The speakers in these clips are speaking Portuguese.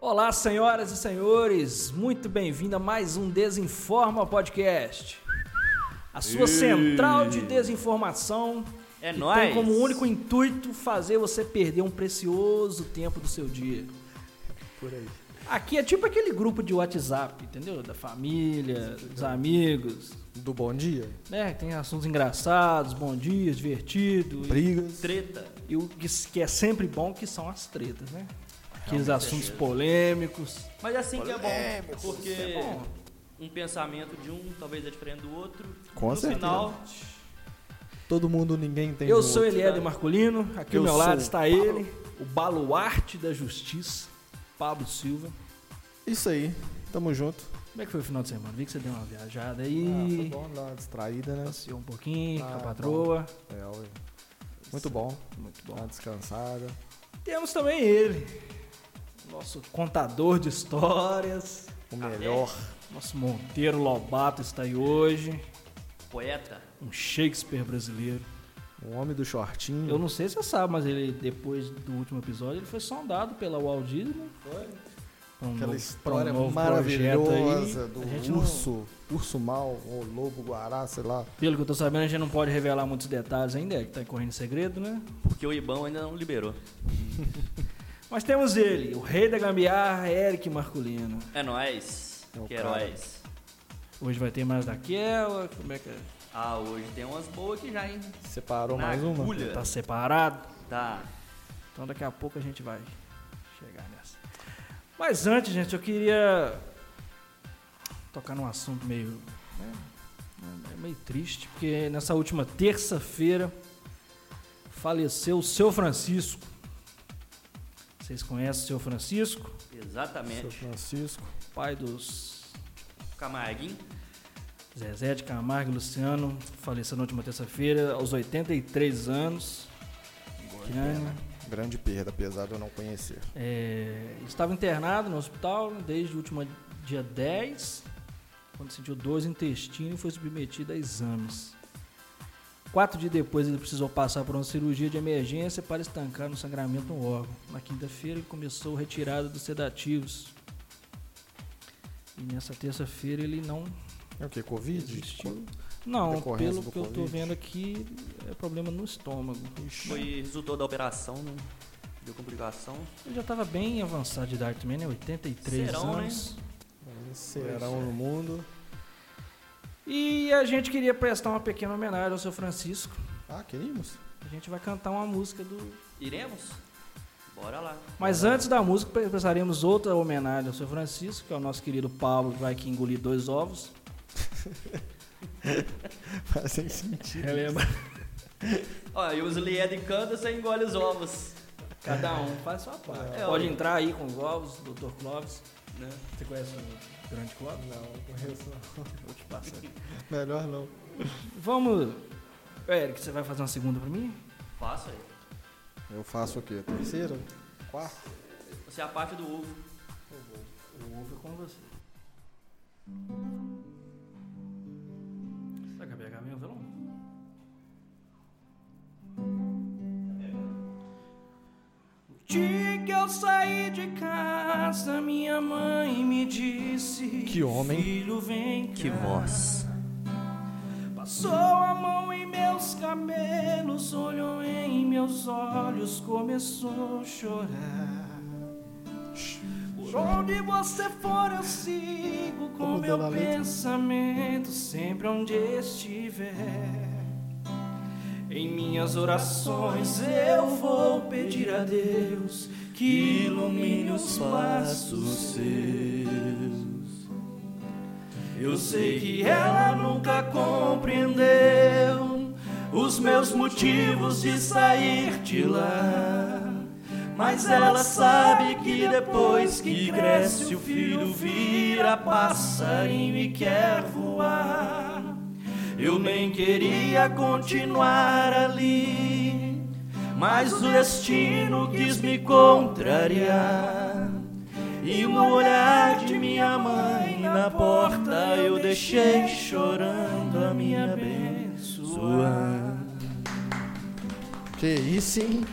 Olá, senhoras e senhores, muito bem-vindo a mais um Desinforma Podcast. A sua central de desinformação É que nóis. tem como único intuito fazer você perder um precioso tempo do seu dia. Por aí. Aqui é tipo aquele grupo de WhatsApp, entendeu? Da família, dos amigos, Do bom dia. né? Tem assuntos engraçados, bom dia, divertido. E- Brigas. Treta. E o que s- que é sempre bom que são as tretas, né? Aqueles é assuntos polêmicos. Mas é assim que é bom, porque um pensamento de um talvez é diferente do outro. Com no certeza. final, Todo mundo, ninguém tem. Eu do sou outro. né? Eliéder Marculino, aqui ao Eu meu lado sou está ele, o baluarte da justiça, Pablo Silva. Isso aí. Tamo junto. Como é que foi o final de semana? Vi que você deu uma viajada Ah, foi aí, bom dar uma distraída, né? passeou um pouquinho com Ah, a bom. patroa. É, ué. Muito bom. Muito Dá bom. uma descansada. Temos também ele, nosso contador de histórias, O melhor. nosso Monteiro Lobato está aí hoje, poeta. um Shakespeare brasileiro. O um homem do shortinho. Eu não sei se você sabe, mas ele, depois do último episódio, ele foi sondado pela Walt Disney. um Foi. Aquela história maravilhosa do urso. Urso mal, ou lobo guará, sei lá. pelo que eu tô sabendo, a gente não pode revelar muitos detalhes ainda, é que tá correndo segredo, né? Porque o Ibão ainda não liberou. Mas temos ele, o rei da gambiarra, Eric Marculino. É nóis. É o que cara. heróis. Hoje vai ter mais daquela, como é que é? Ah, hoje tem umas boas aqui já, hein? Separou Na mais uma. agulha. Tá separado. Tá. Então daqui a pouco a gente vai chegar nessa. Mas antes, gente, eu queria tocar num assunto meio. né, é meio triste, porque nessa última terça-feira faleceu o seu Francisco. Vocês conhecem o seu Francisco? Seu Exatamente. Francisco. Pai dos Camarguinho. Zezé de Camargo e Luciano, faleceu na última terça-feira, aos 83 anos. Que, né, Grande perda, apesar de eu não conhecer. É, estava internado no hospital né, desde o último dia 10, quando sentiu dores no intestino e foi submetido a exames. Quatro dias depois, ele precisou passar por uma cirurgia de emergência para estancar um sangramento no órgão. Na quinta-feira, ele começou a retirada dos sedativos. E nessa terça-feira, ele não. É o que? Covid? Existiu. Não, Decorrência pelo do que eu estou Covid. vendo aqui, é problema no estômago. Foi, resultou da operação, né? Deu complicação. Ele já estava bem avançado de idade também, né? 83 Serão, né? anos. Serão é. no mundo. E a gente queria prestar uma pequena homenagem ao seu Francisco. Ah, queríamos? A gente vai cantar uma música do. Iremos? Bora lá. Mas antes da música, pre- prestaremos outra homenagem ao seu Francisco, que é o nosso querido Pablo, que vai aqui engolir dois ovos. Fazem sentido. Ó, e os Lied canta, você engole os ovos. Cada um faz sua parte. É, Pode olha. entrar aí com os ovos, Dr. Clóvis. Né? Você conhece o grande Clóvis? né? Não, não conheço. Vou te passar. Melhor não. Vamos. Eric, você vai fazer uma segunda pra mim? Faça aí. Eu faço o quê? Terceira? Quarta? Você é a parte do ovo. O ovo é com você. Será que a BH vem o violão? O dia que eu saí de casa, minha mãe me disse: Que homem. Filho, vem cá. Que voz. Passou a mão em meus cabelos, olhou em meus olhos, começou a chorar. Por onde você for, eu sigo com Vamos meu mudar a letra. pensamento, sempre onde estiver. Em minhas orações eu vou pedir a Deus que ilumine os passos seus. Eu sei que ela nunca compreendeu os meus motivos de sair de lá. Mas ela sabe que depois que cresce o filho vira passarinho e quer voar. Eu nem queria continuar ali, mas o destino quis me contrariar. E no olhar de minha mãe na porta eu deixei chorando a minha abençoar. Que isso, hein?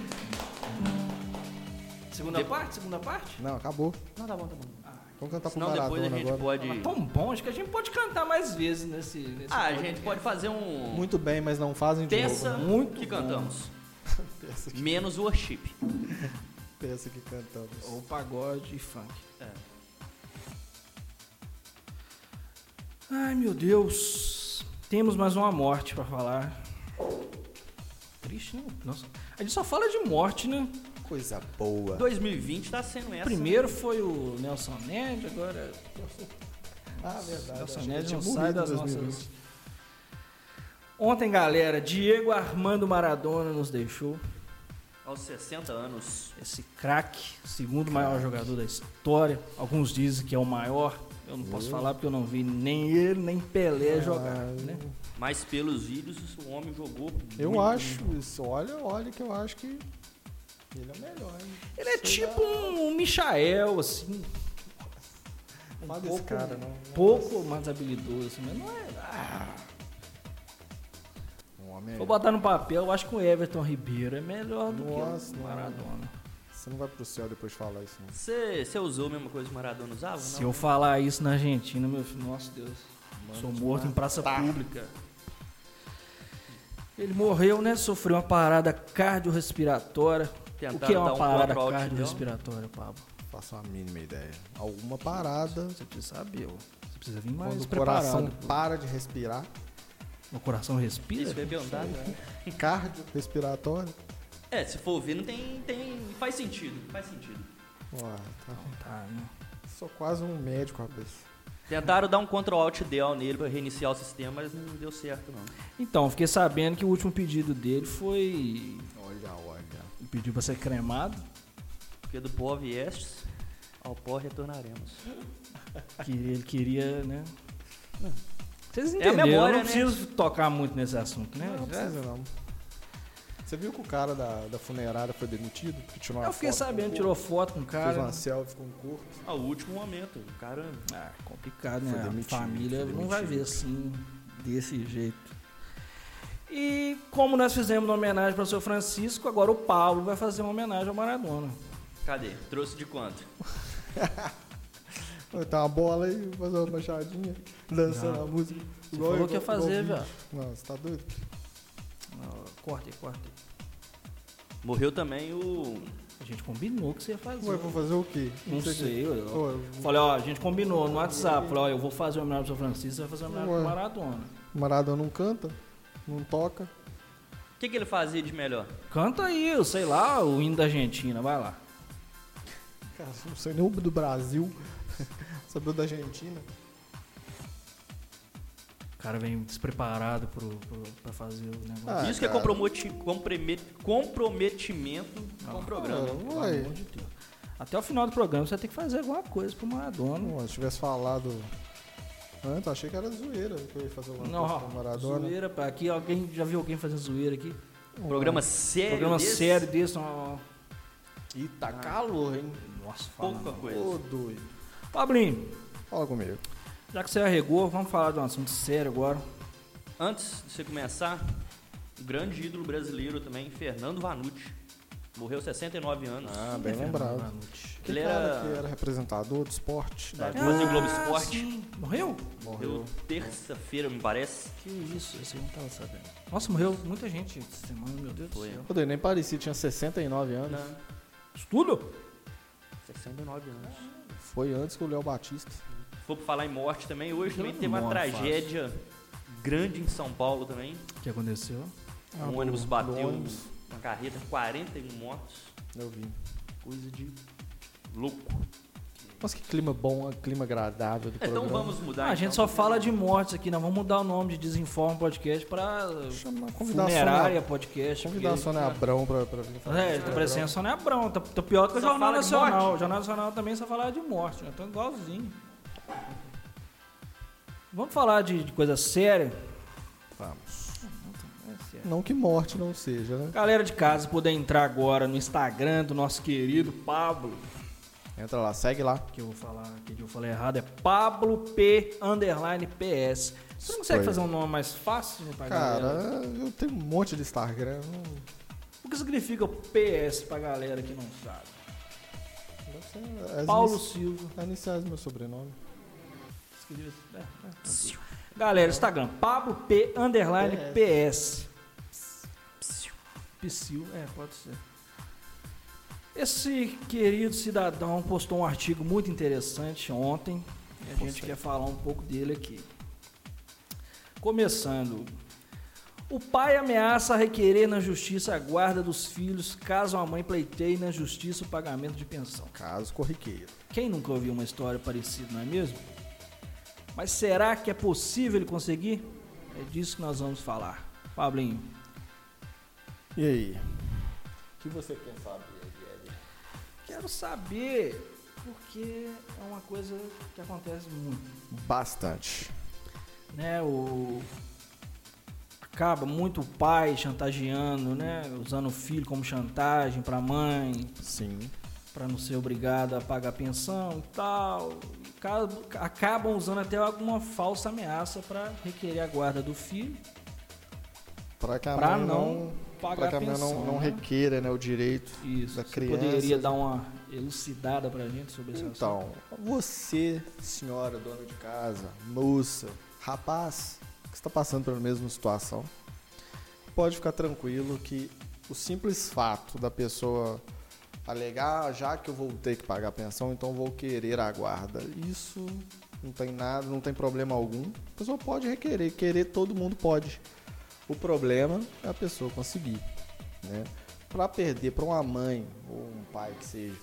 Segunda parte? Segunda parte? Não, acabou. Não, tá bom, tá bom. Vamos cantar pro Senão depois a Maradona gente agora. pode. Mas tão bom, acho que a gente pode cantar mais vezes nesse. nesse Ah, a podcast. gente pode fazer um. Muito bem, mas não fazem de Peça novo. né? Muito que bom. cantamos. Peça, que- Menos worship. peça que cantamos. Ou pagode e funk. É. Ai, meu Deus. Temos mais uma morte pra falar. Triste, né? Nossa. A gente só fala de morte, né? Coisa boa. 2020 tá sendo essa. Primeiro foi o Nelson Ned, agora Ah, verdade. Nelson acho que Ned tinha não sai morrido das em 2020. nossas. Ontem, galera, Diego Armando Maradona nos deixou. né? Aos 60 anos. Esse craque, segundo maior jogador da história. Alguns dizem que é o maior. Eu não posso falar porque eu não vi nem ele, nem Pelé jogar, Ah, né? Mas pelos vídeos, o homem jogou. Eu muito. acho isso. Olha, olha que eu acho que ele é o melhor. hein? Ele é Sei lá, tipo um Michael, assim, fala Um pouco- né? Um desse cara, não. pouco mais habilidoso, assim, mas não é. ah. Um homem. Vou botar no papel, eu acho que o Everton Ribeiro é melhor do Nossa, que o não. Maradona. Você não vai pro céu depois de falar isso, não. Você você usou a mesma coisa que o Maradona usava? Não. Se eu falar isso na Argentina, meu filho, nosso Deus, sou morto em praça tá. pública. Ele morreu, né? Sofreu uma parada cardiorrespiratória. o Tentaram que é dar uma um parada contra-alt nela. cardiorrespiratória, Pablo? Faço a mínima ideia. Alguma parada. Você precisa saber, ó. Você precisa vir mais Quando o preparado. coração para de respirar, O coração respira? Isso foi bem andado, né? cardio respiratório. É, se for ver, não tem, tem. Faz sentido, faz sentido. Ué, tá. Não, tá, né? Sou quase um médico, rapaz. Tentaram dar um Ctrl Alt Del nele pra reiniciar o sistema, mas não deu certo, não. Então, fiquei sabendo que o último pedido dele foi. Olha, olha. Ele pediu pra ser cremado. Porque do pó viestes, ao pó retornaremos. que ele queria, né? Vocês É a entenderam, memória, eu não né? preciso tocar muito nesse assunto, né? Não, não Já- precisa não. Você viu que o cara da, da funerária foi demitido? Que tirou uma eu fiquei foto com o sabendo, corpo, tirou foto com o Fez cara. né? uma selfie com o corpo. Ao Ah, último momento, o cara. Ah, complicado, Foi né? A demitido, família foi não vai demitido. ver assim, desse jeito. E como nós fizemos uma homenagem para o seu Francisco, agora o Paulo vai fazer uma homenagem ao Maradona. Cadê? Trouxe de quanto? Vai ter "Tá uma bola aí, fazer uma baixadinha, dançando Não. a música. Você falou que ia fazer, igual velho. vídeo. Não, você tá doido? Não, Ah, Corta aí, corta aí. Morreu também o. A gente combinou que você ia fazer. Ué, vou fazer o quê? não o quê. sei, eu... Ué, Falei, ó, a gente combinou no WhatsApp. Falei, ó, eu vou fazer uma homenagem pro seu Francisco, você vai fazer uma homenagem pro Ué. Maradona. o Maradona não canta, não toca. O que, que ele fazia de melhor? Canta aí, eu sei lá, o hino da Argentina, vai lá. Cara, não sei nem o do Brasil, sabe o da Argentina. O cara vem despreparado pro, pro- pra fazer o negócio. Ah, Isso que é cara. comprometi- comprometi- comprometimento com o programa. Ah, Pelo ué. amor de Deus. Até o final do programa você vai ter que fazer alguma coisa pro Maradona. Não, se tivesse falado antes, achei que era zoeira que eu ia fazer alguma coisa com o Não, Maradona. zoeira, pá. Aqui alguém, já viu alguém fazendo zoeira aqui? Ué. Programa sério. Programa É, desse? sério desse, ó, ó. E tá calor, hein? Nossa, fala Pouca não. coisa. Ô, doido. Pablinho, Fala comigo. já que você arregou, vamos falar de um assunto sério agora. Antes de você começar, o grande ídolo brasileiro também, Fernando Vanucci. Morreu 69 anos. Ah, bem lembrado. Vanucci. Que Ele cara era- que era representador do esporte, da É, Globo. Fazia o Globo Esporte. Ah, sim. Morreu? Morreu terça-feira, me parece. Que isso, esse eu não tava sabendo. Nossa, morreu muita gente essa semana, meu Deus Foi. do céu. Ô, doido, nem parecia, tinha 69 anos. Não, Estudo? 69 anos. Foi antes que o Léo Batista. Se for pra falar em morte também, hoje também Não teve uma morre tragédia grande em São Paulo também. O que aconteceu? Um Ah, do- ônibus do bateu ônibus. uma carreta, 41 mortos. Eu vi. Coisa de louco. Nossa, que clima bom, que clima agradável do Então programa. vamos mudar. Ah, a então. gente só fala de mortes aqui, não. Vamos mudar o nome de Desinforma Podcast pra Chama, convidar a Funerária Sônia, Podcast. convidar a porque- Sônia né? Abrão pra, pra vir falar. É, tá parecendo a Sônia Abrão. Tá, tá pior do que o Só Jornal fala de Nacional. morte? O Jornal Nacional também só fala de morte, né? Tô igualzinho. Vamos falar de, de coisa séria? Vamos. É sério. Não que morte não seja, né? Galera de casa, poder entrar agora no Instagram do nosso querido Pablo, Entra lá, segue lá. que eu vou falar, que eu falei errado, é Pablo P underline PS. Você não consegue Foi. fazer um nome mais fácil pra galera? Cara, eu tenho um monte de Instagram. O que significa PS pra galera que não sabe? As Paulo inici- Silva. As iniciais do é meu sobrenome. Escreveu- é, é, tranquilo. Galera, Instagram, Pablo P underline PS. Psil, é, pode ser. Esse querido cidadão postou um artigo muito interessante ontem. E a gente quer falar um pouco dele aqui. Começando. O pai ameaça requerer na justiça a guarda dos filhos caso a mãe pleiteie na justiça o pagamento de pensão. Caso corriqueiro. Quem nunca ouviu uma história parecida, não é mesmo? Mas será que é possível ele conseguir? É disso que nós vamos falar. Pablinho, E aí? O que você quer saber, Guilherme? quero saber porque é uma coisa que acontece muito, Bastante. né? O acaba muito o pai chantageando, né? Usando o filho como chantagem para a mãe, Sim. para não ser obrigado a pagar pensão e tal. Ca- Acabam usando até alguma falsa ameaça para requerer a guarda do filho. Pra que a Pra mãe não não, pagar pra que a mãe pensão, não, não né? requeira né, o direito Isso. da você criança. poderia dar uma elucidada pra gente sobre esse assunto? Então, você, senhora, dona de casa, moça, rapaz, que está passando pela mesma situação, pode ficar tranquilo que o simples fato da pessoa alegar, já que eu vou ter que pagar a pensão, então eu vou querer a guarda. Isso não tem nada, não tem problema algum. A pessoa pode requerer, querer todo mundo pode. O problema é a pessoa conseguir, né? Para perder para uma mãe ou um pai que seja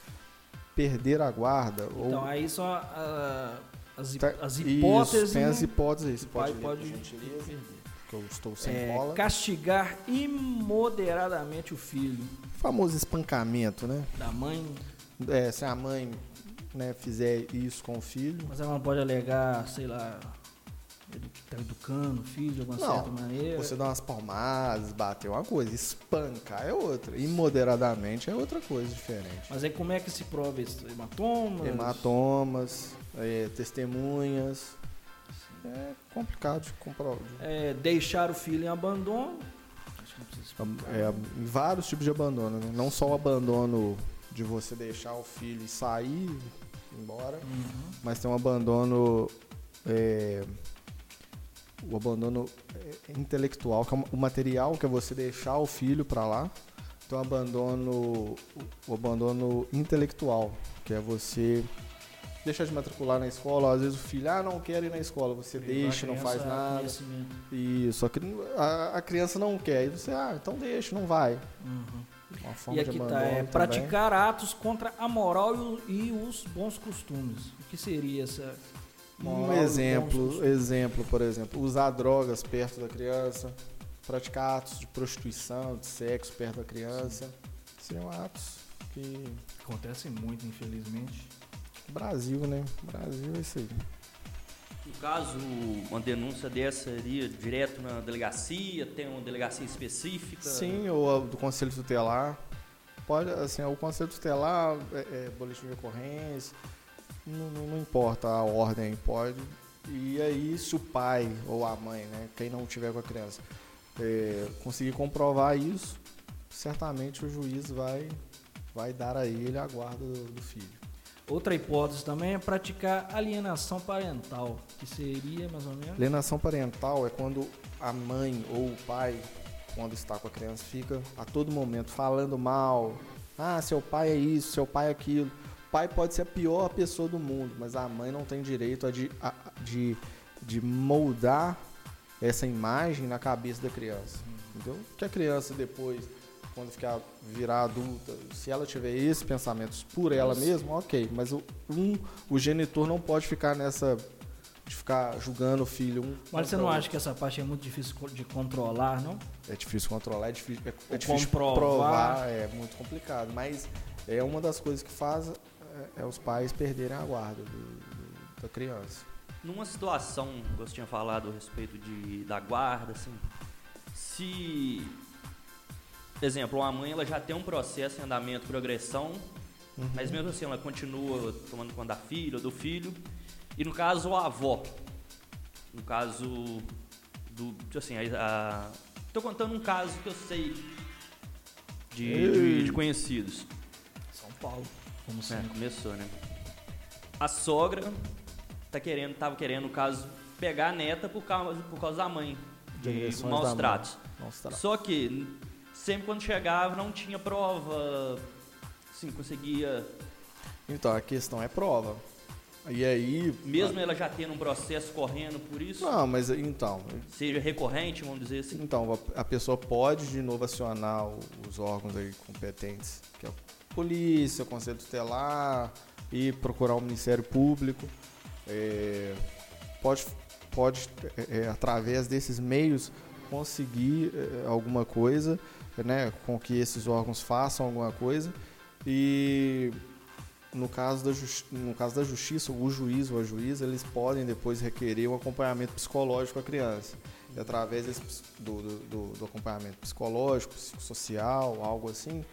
perder a guarda ou Então, aí são a- a- as, hip- Tá- as isso, hipóteses. tem né? as hipóteses aí. Você O pai pode, ler, pode por gentileza, perder. que eu estou sem É, cola. castigar imoderadamente o filho O famoso espancamento, né? da mãe, É, se a mãe né, fizer isso com o filho. mas ela não pode alegar, sei lá, edu- tá educando o filho de alguma Não, certa maneira. Você dá umas palmadas, bater uma coisa, espancar é outra. Imoderadamente é outra coisa diferente. Mas aí como é que se prova isso? Hematomas? Hematomas, é, testemunhas. É complicado de comprovar. É, deixar o filho em abandono. Acho que não precisa explicar. É, em vários tipos de abandono, né? Não só o abandono de você deixar o filho e sair embora, Uhum. mas tem um abandono é, o abandono é, intelectual que é o material que é você deixar o filho pra lá tem um abandono o abandono intelectual que é você deixar de matricular na escola às vezes o filho ah não quer ir na escola você deixa A não faz criança, é, nada conhecimento. e só que a, a criança não quer e você ah então deixa não vai Uhum. uma forma E aqui de tá, é abandono também. praticar atos contra a moral e, o- e os bons costumes. O que seria essa moral Um e bons exemplo, costumes? exemplo, por exemplo, usar drogas perto da criança, praticar atos de prostituição, de sexo perto da criança, seriam atos que Acontece muito, infelizmente. Brasil, né? Brasil é isso aí. No caso, uma denúncia dessa iria direto na delegacia, tem uma delegacia específica. Sim, ou a do Conselho Tutelar. Pode, assim, o Conselho Tutelar, é, é, boletim de ocorrência, não, não- não importa a ordem, pode. E aí, se o pai ou a mãe, né, quem não tiver com a criança, é, conseguir comprovar isso, certamente o juiz vai, vai dar a ele a guarda do, do filho. Outra hipótese também é praticar alienação parental, que seria mais ou menos. Alienação parental é quando a mãe ou o pai, quando está com a criança, fica a todo momento falando mal. Ah, seu pai é isso, seu pai é aquilo. O pai pode ser a pior pessoa do mundo, mas a mãe não tem direito a de, a- de, de moldar essa imagem na cabeça da criança. Entendeu? Que a criança depois, quando ficar virar adulta, se ela tiver esses pensamentos por ela mesma, ok. Mas o, um, o genitor não pode ficar nessa. de ficar julgando o filho. Um Mas você contra o não outro. acha que essa parte é muito difícil co- de controlar, não? É difícil controlar, é difícil, é, Ou é difícil comprovar. provar, é muito complicado. Mas é uma das coisas que faz é, é os pais perderem a guarda do- do- da criança. Numa situação que você tinha falado a respeito de, da guarda, assim, se, por exemplo, uma mãe ela já tem um processo em andamento por agressão, mas mesmo assim ela continua tomando conta da filha ou do filho, e no caso a avó, no caso do, assim, a, a, tô contando um caso que eu sei de, de- de conhecidos. São Paulo. Como se É, começou, né? A sogra tá querendo, tava querendo, no caso, pegar a neta por causa, por causa da mãe, de Agressões da maus mãe. tratos. Nossa, tá lá. Só que n- sempre quando chegava não tinha prova, assim, conseguia, Então, a questão é prova. E aí. mesmo ela já tendo um processo correndo por isso, Não, mas então. seja recorrente, vamos dizer assim. Então, a pessoa pode de novo acionar o- os órgãos aí competentes, que é a polícia, o conselho tutelar, e procurar o Ministério Público. É, pode, pode é, é, através desses meios, conseguir é, alguma coisa, né, com que esses órgãos façam alguma coisa. E no caso, da jus- no caso da justiça, o juiz ou a juíza, eles podem depois requerer um acompanhamento psicológico à criança. E através desse ps- do, do- do- do acompanhamento psicológico, psicossocial, algo assim,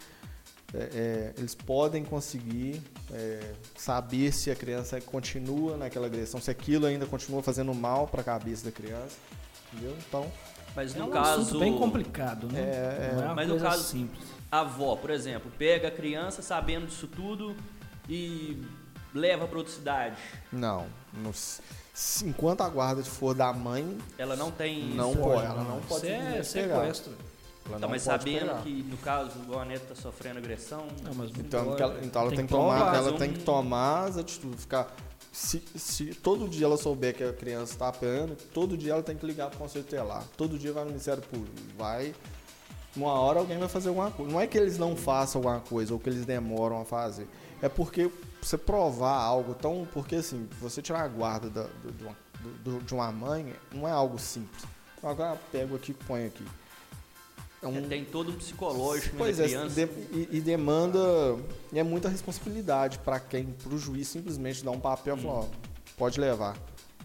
é, é, eles podem conseguir é, saber se a criança continua naquela agressão, se aquilo ainda continua fazendo mal para a cabeça da criança. Entendeu? Então, Mas É no um caso, assunto bem complicado, né? É, Não é uma Mas no coisa caso- simples. a avó, por exemplo, pega a criança sabendo disso tudo e leva para outra cidade. não. não se- se- enquanto a guarda for da mãe, Ela não tem Não isso. pode, ela não Isso pode é simplesmente pegar. sequestro. ela Tá, não mas pode sabendo pegar. que, no caso, o Aneto tá sofrendo agressão. Não, mas não Então, pode. que ela, então ela tem, que tomar, ela tem que tomar as atitudes, ficar. Se, se todo dia ela souber que a criança está apanhando, todo dia ela tem que ligar para o conselho tutelar. Todo dia vai no Ministério Público. Vai. Uma hora alguém vai fazer alguma coisa. Não é que eles não façam alguma coisa ou que eles demoram a fazer. É porque você provar algo tão. Porque assim, você tirar a guarda da- do- de uma- do- do- de uma mãe não é algo simples. Agora pego aqui e ponho aqui. É É, Tem todo um psicológico Pois da é, criança. de- e, e demanda. E é muita responsabilidade para quem, para o juiz simplesmente dar um papel e falar: ó, pode levar.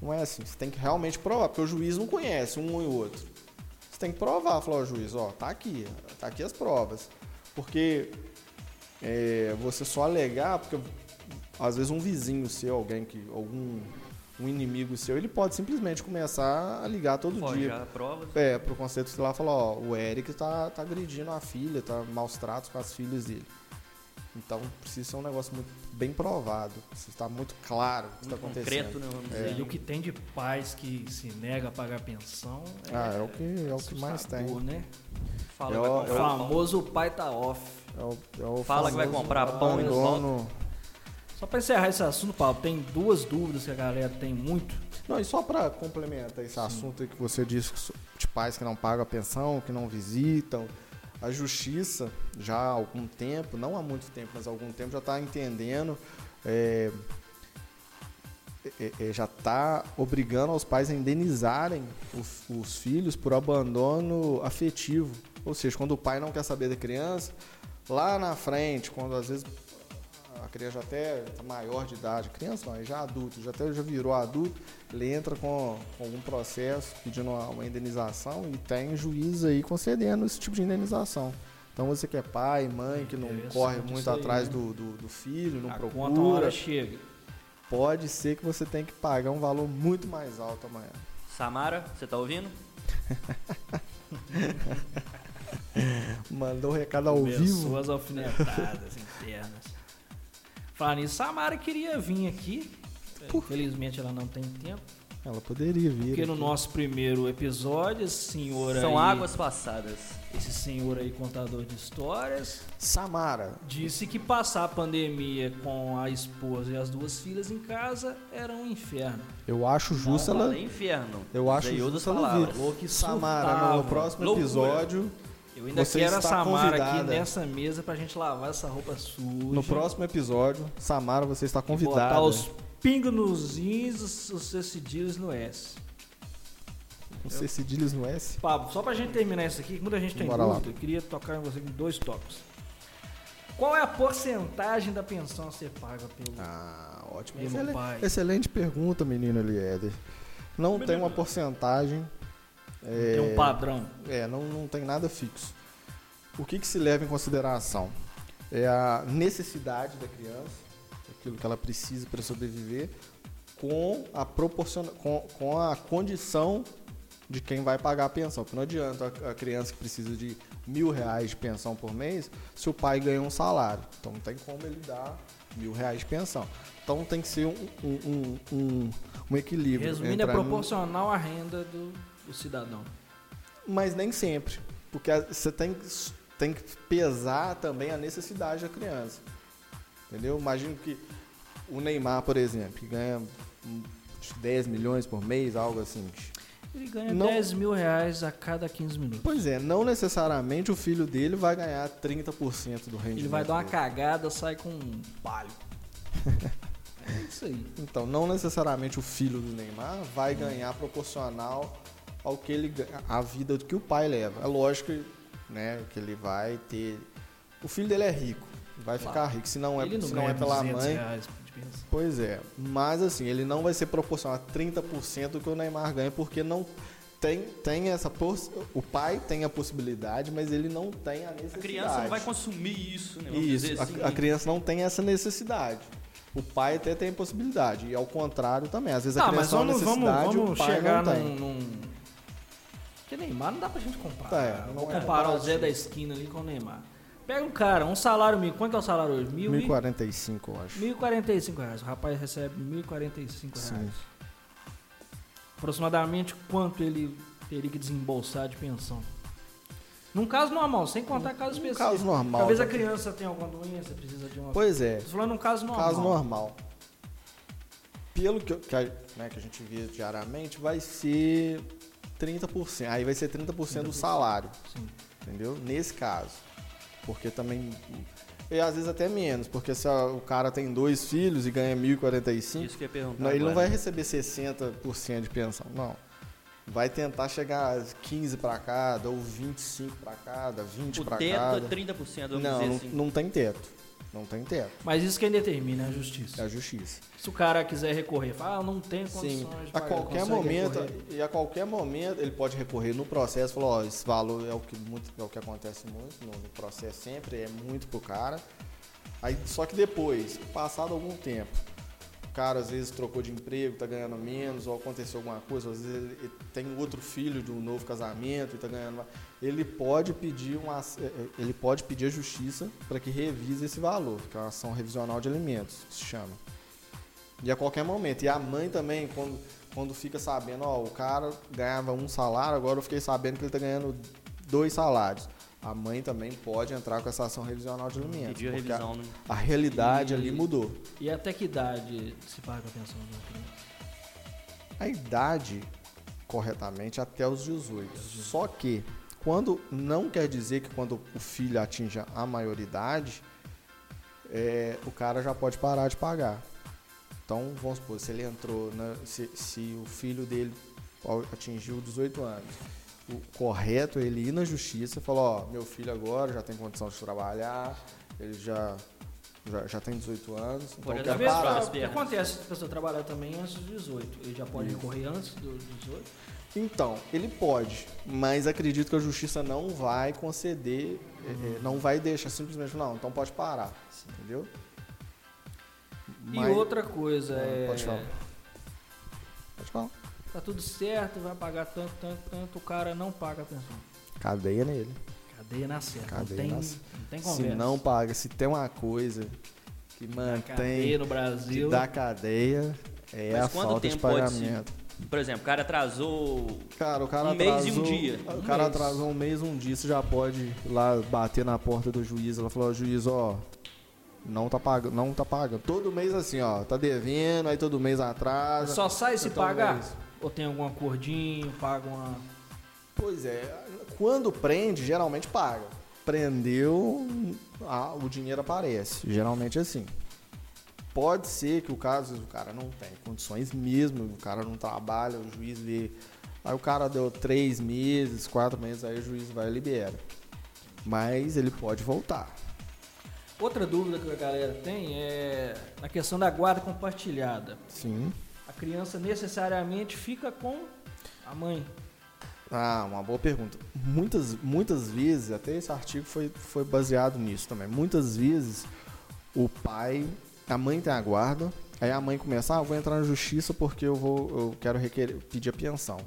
Não é assim, você tem que realmente provar, porque o juiz não conhece um e o outro. Você tem que provar, falar: ó, juiz, ó, tá aqui, tá aqui as provas. Porque é, você só alegar, porque às vezes um vizinho seu, alguém que. algum um inimigo seu, ele pode simplesmente começar a ligar todo Pode dia já provas. é, pro conceito sei lá falar, ó, o Eric tá, tá agredindo a filha, tá maus tratos com as filhas dele. Então precisa ser um negócio muito bem provado, precisa estar muito claro o que está Muito acontecendo. concreto, né? Vamos É, dizer. E o que tem de pais que se nega a pagar pensão é, Ah, é o que, é o que mais tem. É assustador, né? Fala, Eu- vai O comprar pão. famoso pai tá off. É o, é o Fala que vai famoso comprar pão e não abandono. é- Só pra encerrar esse assunto, Paulo, tem duas dúvidas que a galera tem muito. Então, Não, e só para complementar esse assunto aí que você disse que so- de pais que não pagam a pensão, que não visitam, a justiça já há algum tempo, não há muito tempo, mas há algum tempo já está entendendo, é, é, é, já está obrigando os pais a indenizarem os, os filhos por abandono afetivo. Ou seja, quando o pai não quer saber da criança, lá na frente, quando às vezes a criança já até tá maior de idade, criança não, é já adulto, já até já virou adulto, ele entra com, com algum processo pedindo uma, uma indenização e tem juiz aí concedendo esse tipo de indenização. Então você que é pai, mãe, que não Interessante corre muito isso aí, atrás né? do, do, do filho, não a procura, conta uma hora chega. pode ser que você tenha que pagar um valor muito mais alto amanhã. Samara, você tá ouvindo? Mandou o recado Tá ao vivo. Pessoas alfinetadas internas. Falar nisso, Samara queria vir aqui. Por- Infelizmente ela não tem tempo. Ela poderia vir. Porque no aqui. nosso primeiro episódio, esse senhor São aí. águas passadas. Esse senhor aí, contador de histórias, Samara. disse que passar a pandemia com a esposa e as duas filhas em casa era um inferno. Eu acho justo Não, ela. fala é inferno. Eu acho Usei outras justo ela vir. palavras. Falou que Samara, no surtava. próximo Loucura. episódio. Eu ainda Você quero a está Samara aqui convidada. nessa mesa pra gente lavar essa roupa suja. No próximo episódio, Samara, você está Botar convidada. tá os pingos nos is, os, os seus cedilhos no S. Não sei se Dilis no S. Pablo, só pra gente terminar isso aqui, que muita gente tem Bora lá. dúvida, eu queria tocar em você com dois tópicos. Qual é a porcentagem da pensão a ser paga pelo. Ah, ótimo. Meu Excelente, pai. excelente pergunta, menino Eliéder. Não tem uma porcentagem. É, Tem um padrão. É, não, não tem nada fixo. O que, que se leva em consideração? É a necessidade da criança, aquilo que ela precisa para sobreviver, com a, proporciona, com, com a condição de quem vai pagar a pensão. Porque não adianta a, a criança que precisa de mil reais de pensão por mês se o pai ganha um salário. Então não tem como ele dar mil reais de pensão. Então tem que ser um, um, um, um, um equilíbrio. Resumindo, é entrar num- proporcional à renda do, do cidadão. Mas nem sempre. Porque a- você tem, que- tem que pesar também a necessidade da criança. Entendeu? Imagino que o Neymar, por exemplo, que ganha hum, 10 milhões por mês, algo assim. Ele ganha Não- 10 mil reais a cada 15 minutos. Pois é, não necessariamente o filho dele vai ganhar 30% do rendimento. Ele vai dar uma dele. cagada, sai com um palho. é isso aí. Então, não necessariamente o filho do Neymar vai Hum. ganhar proporcional ao que ele ga- à vida do que o pai leva. É lógico, né, que ele vai ter o filho dele é rico, vai Claro. ficar rico, se não é, ele não se ganha não é pela 200 mãe. reais de pensão. Pois é, mas assim, ele não vai ser proporcional a 30% do que o Neymar ganha, porque não tem, tem essa poss... o pai tem a possibilidade, mas ele não tem a A necessidade. criança não vai consumir isso, né? Vamos dizer é Isso, assim. a, a criança não tem essa necessidade. O pai até tem possibilidade, e ao contrário também. Às vezes a Tá, mas criança tem vamos, vamos, necessidade vamos o pai chegar não tem. num, num. Porque Neymar não dá pra gente comparar. Tá, é, cara. não Vou é comparar o Zé comparativo. da esquina ali com o Neymar. Pega um cara, um salário mínimo. Quanto é o salário hoje? Mil e- 1045, eu acho. 1.045 reais. O rapaz recebe 1.045 reais. Aproximadamente quanto ele teria que desembolsar de pensão? Num caso normal, sem contar caso Um específico. caso normal. Talvez a né? criança tenha alguma doença, precisa de uma. Pois é, Tô falando num caso normal. caso normal. Pelo que, eu- que a, né, que a gente vê diariamente, vai ser 30%. Aí vai ser 30% do 30%. salário. Sim. entendeu? Nesse caso. Porque também. E às vezes até menos, porque se a- o cara tem dois filhos e ganha 1.045, Isso que eu ia perguntar. não, ele não vai agora. receber 60% de pensão, não. Vai tentar chegar a 15 para cada, ou 25 para cada, 20 O para teto cada. é 30%, vamos Não, dizer não, assim. não tem teto. Não tem teto. Mas isso quem determina é a É justiça. a justiça. Se o cara quiser recorrer, fala, ah, não tem condições Sim, de a pagar", qualquer consegue momento, recorrer. e a qualquer momento ele pode recorrer no processo, falar, ó, esse valor é o que muito, é o que acontece muito no, no processo sempre, é muito pro cara. Aí só que depois, passado algum tempo, o cara às vezes trocou de emprego, tá ganhando menos, ou aconteceu alguma coisa, às vezes ele, ele tem outro filho de um novo casamento e tá ganhando, mais. ele pode pedir uma, ac- eh, eh, ele pode pedir a justiça para que revise esse valor, que é uma ação revisional de alimentos, que se chama. E a qualquer momento. E a mãe também, quando, quando fica sabendo, ó, o cara ganhava um salário, agora eu fiquei sabendo que ele tá ganhando dois salários. A mãe também pode entrar com essa ação revisional de alimentos. Pedir a é, porque a- revisão, né? A, realidade ali E- mudou. E até que idade se paga a pensão né? de uma criança? A idade, corretamente, até os 18. Só que, quando não quer dizer que quando o filho atinja a maioridade, é, o cara já pode parar de pagar. Então, vamos supor, se ele entrou, na- se, se o filho dele ao- atingiu 18 anos, o correto é ele ir na justiça e falar, ó, meu filho agora já tem condição de trabalhar, ele já, já, já tem 18 anos, então Pode Às eu quero até vezes, cara, parar. parar. as o que pernas. acontece? A pessoa trabalhar também antes dos 18. Ele já pode Isso. recorrer antes dos 18. Então, ele pode, mas acredito que a justiça não vai conceder, é, Uhum. é, não vai deixar simplesmente, não, então pode parar, entendeu? E outra coisa Ah, é. pode falar. Pode falar. Tá tudo certo, vai pagar tanto, tanto, tanto, o cara não paga a pensão. Cadeia nele. Cadeia na certa. Cadeia não, tem, na certa. não tem Se conversa. não paga, se tem uma coisa que cadeia mantém no que Brasil. dá cadeia, é Mas a quanto falta de tempo pode se- pagamento. Por exemplo, o cara atrasou Cara, o cara Um mês e um atrasou, dia. O Um cara mês. atrasou um mês, um dia, você já pode ir lá bater na porta do juiz. Ela falou, ó, juiz, ó, não tá pagando, não tá pagando. Todo mês assim, ó, tá devendo, aí todo mês atrasa. Só sai se Então, pagar? é isso. Ou tem algum acordinho, paga uma. Pois é, quando prende, geralmente paga. Prendeu, ah, o dinheiro aparece. Geralmente é assim. Pode ser que o caso o cara não tem condições mesmo, o cara não trabalha, o juiz vê. Aí o cara deu três meses, quatro meses, aí o juiz vai e libera. Mas ele pode voltar. Outra dúvida que a galera tem é na questão da guarda compartilhada. Sim. A criança necessariamente fica com a mãe. Ah, uma boa pergunta. Muitas, muitas vezes, até esse artigo foi, foi baseado nisso também. Muitas vezes o pai, a mãe tem a guarda, aí a mãe começa, ah, eu vou entrar na justiça porque eu vou, eu quero requerer, pedir a pensão.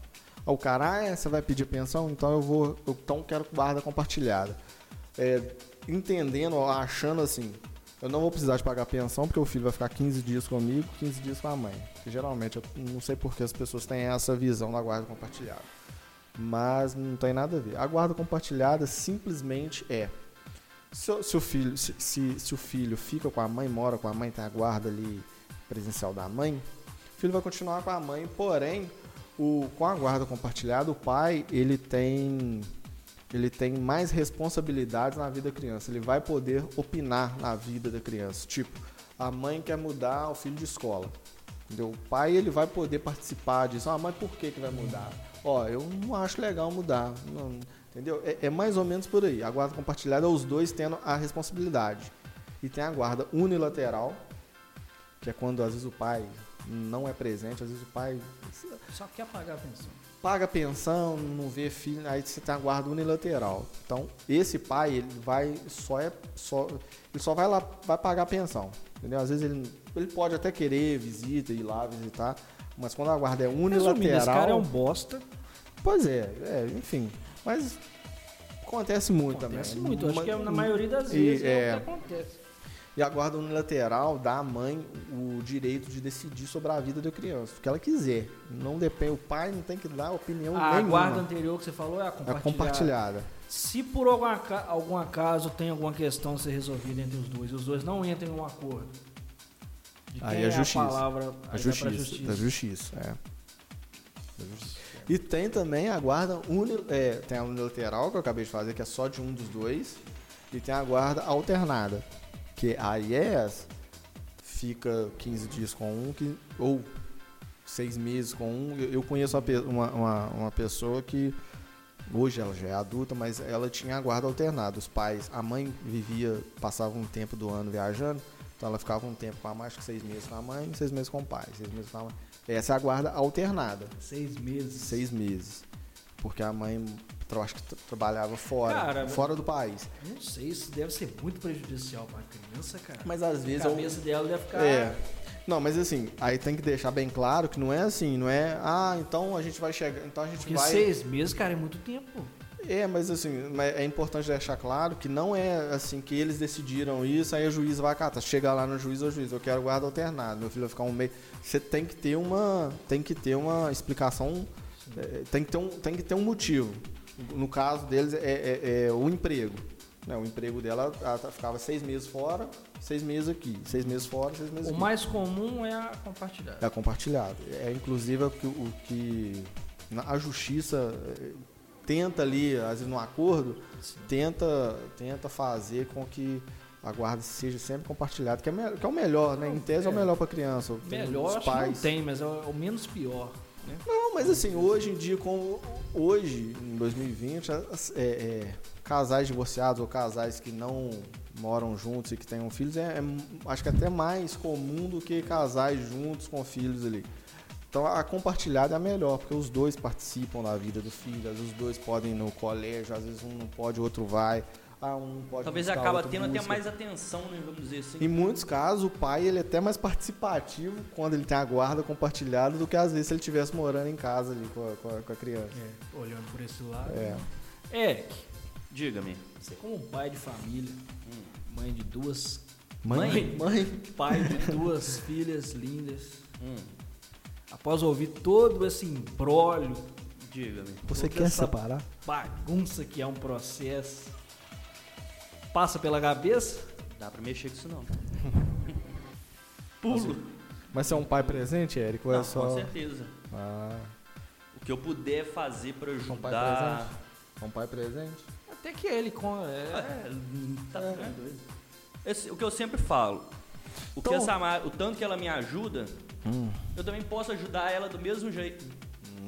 Aí o cara, ah, é, você vai pedir a pensão, então eu vou, eu, então quero guarda compartilhada. É, entendendo, ó, achando assim, Eu não vou precisar de pagar pensão, porque o filho vai ficar 15 dias comigo, 15 dias com a mãe. Porque geralmente, eu não sei por que as pessoas têm essa visão da guarda compartilhada. Mas não tem nada a ver. A guarda compartilhada simplesmente é. Se, o- se o filho, se, se- se o filho fica com a mãe, mora com a mãe, tem a guarda ali presencial da mãe, o filho vai continuar com a mãe, porém, o, com a guarda compartilhada, o pai, ele tem ele tem mais responsabilidades na vida da criança. Ele vai poder opinar na vida da criança. Tipo, a mãe quer mudar o filho de escola. Entendeu? O pai ele vai poder participar disso. Ah, mas por que, que vai mudar? Ó, eu não acho legal mudar. Não- entendeu? É, é mais ou menos por aí. A guarda compartilhada é os dois tendo a responsabilidade. E tem a guarda unilateral, que é quando às vezes o pai não é presente, às vezes o pai Só quer pagar a pensão. paga pensão, não vê filho, aí você tem a guarda unilateral. Então, esse pai, ele vai só é só ele só vai lá vai pagar a pensão, entendeu? Às vezes ele ele pode até querer visita ir lá visitar, mas quando a guarda é unilateral, Resumindo, esse cara é um bosta. pois é, é, enfim, mas acontece muito Acontece também. muito. Acho Uma- que é na maioria das e, vezes é, é, o que acontece. E a guarda unilateral dá à mãe o direito de decidir sobre a vida da criança, o que ela quiser. Não depende, o pai não tem que dar opinião A nenhuma. guarda anterior que você falou é a é Ah, compartilhada. compartilhada. Se por algum, aca- algum acaso tem alguma questão a ser resolvida entre os dois e os dois não entram em um acordo, de Aí quem a é justiça. a palavra aí vai pra A justiça, tá Da justiça, é. E tem também a guarda uni, é, tem a unilateral que eu acabei de fazer, que é só de um dos dois, e tem a guarda alternada, que aí é essa. Fica 15 dias com um, que, ou seis meses com um. Eu, eu conheço uma, pe- uma, uma, uma pessoa que hoje ela já é adulta, mas ela tinha a guarda alternada. Os pais, a mãe vivia, passava um tempo do ano viajando, então ela ficava um tempo com a mãe, acho que seis meses com a mãe, seis meses com o pai, seis meses com a mãe. Essa é a guarda alternada, Seis meses. seis meses. Porque a mãe, tra- acho que tra- trabalhava fora, Cara, fora do país. Não sei, isso deve ser muito prejudicial pra criança, cara. Mas às a vezes eu- cabeça dela deve ficar. É. Não, mas assim, aí tem que deixar bem claro que não é assim, não é, ah, então a gente vai chegar, então a gente Porque vai seis meses, cara, é muito tempo. É, mas assim, mas é importante deixar claro que não é assim que eles decidiram isso, aí o juiz vai acatar. Chega lá no juiz, ô juiz, eu quero guarda alternada, meu filho vai ficar um mês. Você tem que ter uma, tem que ter uma explicação, é, tem que ter um, tem que ter um motivo. No caso deles é, é- é o emprego. né? O emprego dela, ela tá- ficava seis meses fora, seis meses aqui, seis meses fora, seis meses O aqui. mais comum é a compartilhada. É compartilhado. É inclusive o que, o que na- a justiça eh, tenta ali, às vezes num acordo, Sim. tenta, tenta fazer com que a guarda seja sempre compartilhada, que é, me- que é o melhor, né? Em tese é, o É. melhor para criança. tem os Melhor acho que pais. não tem, mas é o é o menos pior. Né? Não, mas assim, hoje em dia, como hoje, em 2020, as- é, é, casais divorciados ou casais que não moram juntos e que tenham filhos, é, é, acho que até mais comum do que casais juntos com filhos ali. Então a compartilhada é a melhor, porque os dois participam da vida do filho, às vezes os dois podem ir no colégio, às vezes um não pode, o outro vai. Ah, um pode Talvez buscar, acaba outro tendo até busca. mais atenção, né, vamos dizer assim. Em muitos casos, o pai ele é até mais participativo quando ele tem a guarda compartilhada do que às vezes se ele estivesse morando em casa ali com a, com a- com a criança. É, olhando por esse lado. É. Eric, Diga-me. você como pai de família, mãe de duas, Mãe? Mãe? pai de duas filhas lindas, Hum, após ouvir todo esse imbróglio, Diga-me. Você Toda quer essa- separar? bagunça que é um processo, passa pela cabeça? Dá pra mexer com isso não. Pulo. Mas você é um pai presente, Érico? Ou Não, é só. Com certeza. Ah, O que eu puder fazer pra São pai ajudar. é um pai presente? Até que ele com. É, É, tá ficando doido. Esse- o que eu sempre falo. O, que Então- Hum. essa ma- o tanto que ela me ajuda, eu também posso ajudar ela do mesmo jeito.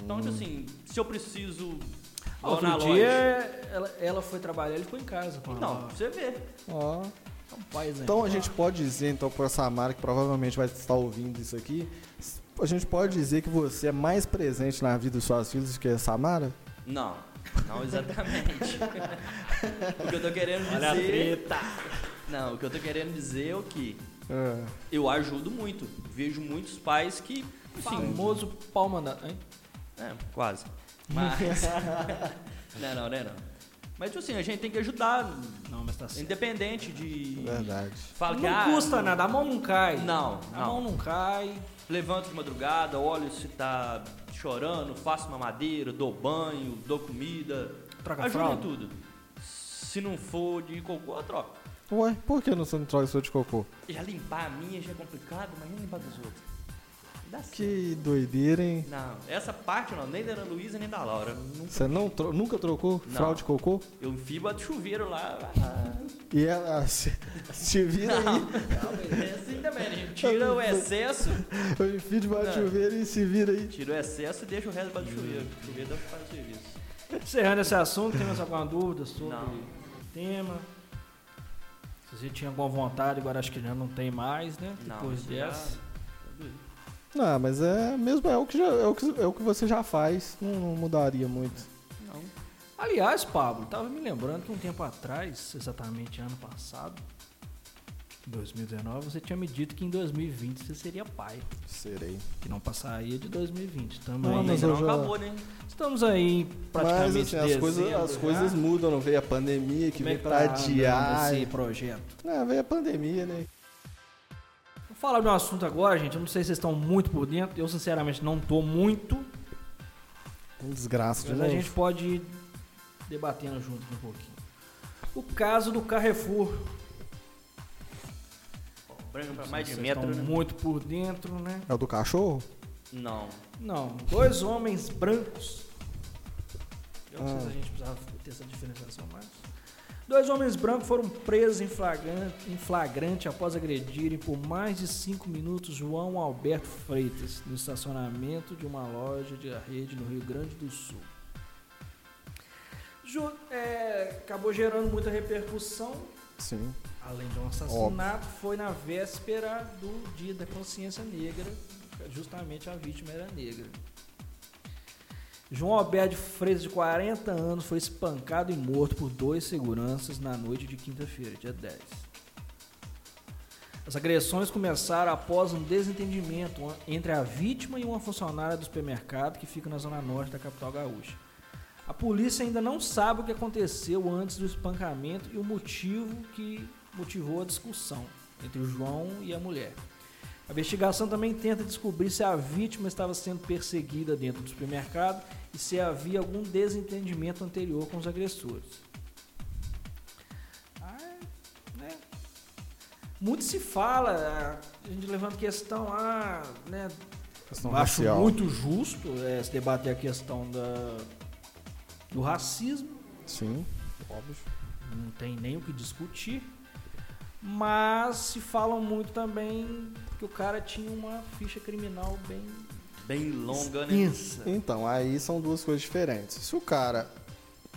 Então, Hum. tipo assim, se eu preciso. vou na outro loja. Então, dia é- ela, ela foi trabalhar, ele foi em casa. Com Não, ela. você vê. Ó. É um pai, né? Então a gente pode dizer, então, para Samara, que provavelmente vai estar ouvindo isso aqui, a gente pode dizer que você é mais presente na vida dos seus filhos do que a Samara? Não, não exatamente. o que eu tô querendo Olha a dizer. Não, o que eu tô querendo dizer é o que É. eu ajudo muito. Vejo muitos pais que. Assim, famoso palma na. Hein? É, quase. Mas. não, não, não, é não. Mas, tipo assim, a gente tem que ajudar, Não, mas tá certo. independente de... Verdade. Fala que, ah, Não custa nada, a mão não cai. Não, A não. mão não cai. Levanto de madrugada, olho se tá chorando, faço uma madeira, dou banho, dou comida. Troca a ajuda em fralda. tudo. Se não for de cocô, eu troco. Ué, por que não sendo troca sua de cocô? Já limpar a minha já é complicado, imagina limpar dos outros. Não Dá certo. Que doideira, hein? Não, essa parte não, nem da Ana Luísa nem da Laura. Você não tro- nunca trocou Não. fralda de cocô? Eu enfio bato chuveiro lá. ah, E ela se, se vira Não, aí, não, é assim também, né? Tira o excesso, eu enfio debaixo do Não. chuveiro e se vira aí. tira o excesso e deixa o resto baixo do chuveiro. O chuveiro dá pra fazer o serviço. Encerrando esse assunto, tem mais alguma dúvida sobre Não. o tema? Se você tinha alguma vontade, agora acho que já não tem mais, né? Não, Depois isso já- dessa. Não, mas é mesmo, é o que, já- é o que, é o que você já faz, não, não mudaria muito. Não. Aliás, Pablo, tava me lembrando que um tempo atrás, exatamente ano passado, 2019, você tinha me dito que em 2020 você seria pai, Serei. que não passaria de 2020 Não, também. mas Ainda eu não já- acabou, né? Estamos aí Mas praticamente assim, as coisas, dezembro as já. coisas mudam, não veio a pandemia que Como é veio que pra tá adiar. é. andando esse projeto? Não, veio a pandemia, né? Vou falar de um assunto agora, gente. Eu não sei se vocês estão muito por dentro. Eu, sinceramente, não tô muito. Um desgraça de Mas a novo. gente pode ir debatendo junto aqui um pouquinho. O caso do Carrefour. Branco pra mais de Vocês metro, estão né? muito por dentro, né? É o do cachorro? Não. Não, dois homens brancos. Eu não sei Ah. se a gente precisava ter essa diferenciação mais. Dois homens brancos foram presos em flagrante, em flagrante após agredirem por mais de cinco minutos João Alberto Freitas no estacionamento de uma loja de rede no Rio Grande do Sul. Ju- é, acabou gerando muita repercussão, Sim. além de um assassinato, foi na véspera do Dia da Consciência Negra, justamente a vítima era negra. João Alberto Freitas, de 40 anos, foi espancado e morto por dois seguranças na noite de quinta-feira, dia 10. As agressões começaram após um desentendimento entre a vítima e uma funcionária do supermercado que fica na zona norte da capital gaúcha. A polícia ainda não sabe o que aconteceu antes do espancamento e o motivo que motivou a discussão entre o João e a mulher. A investigação também tenta descobrir se a vítima estava sendo perseguida dentro do supermercado e se havia algum desentendimento anterior com os agressores. Ah, né? Muito se fala, a gente levanta questão, ah, né, Questão eu acho racial. muito justo é, se debater a questão da- do racismo, Sim. Óbvio. não tem nem o que discutir, mas se falam muito também que o cara tinha uma ficha criminal bem Bem longa, né? extensa. Então, aí são duas coisas diferentes. Se o cara.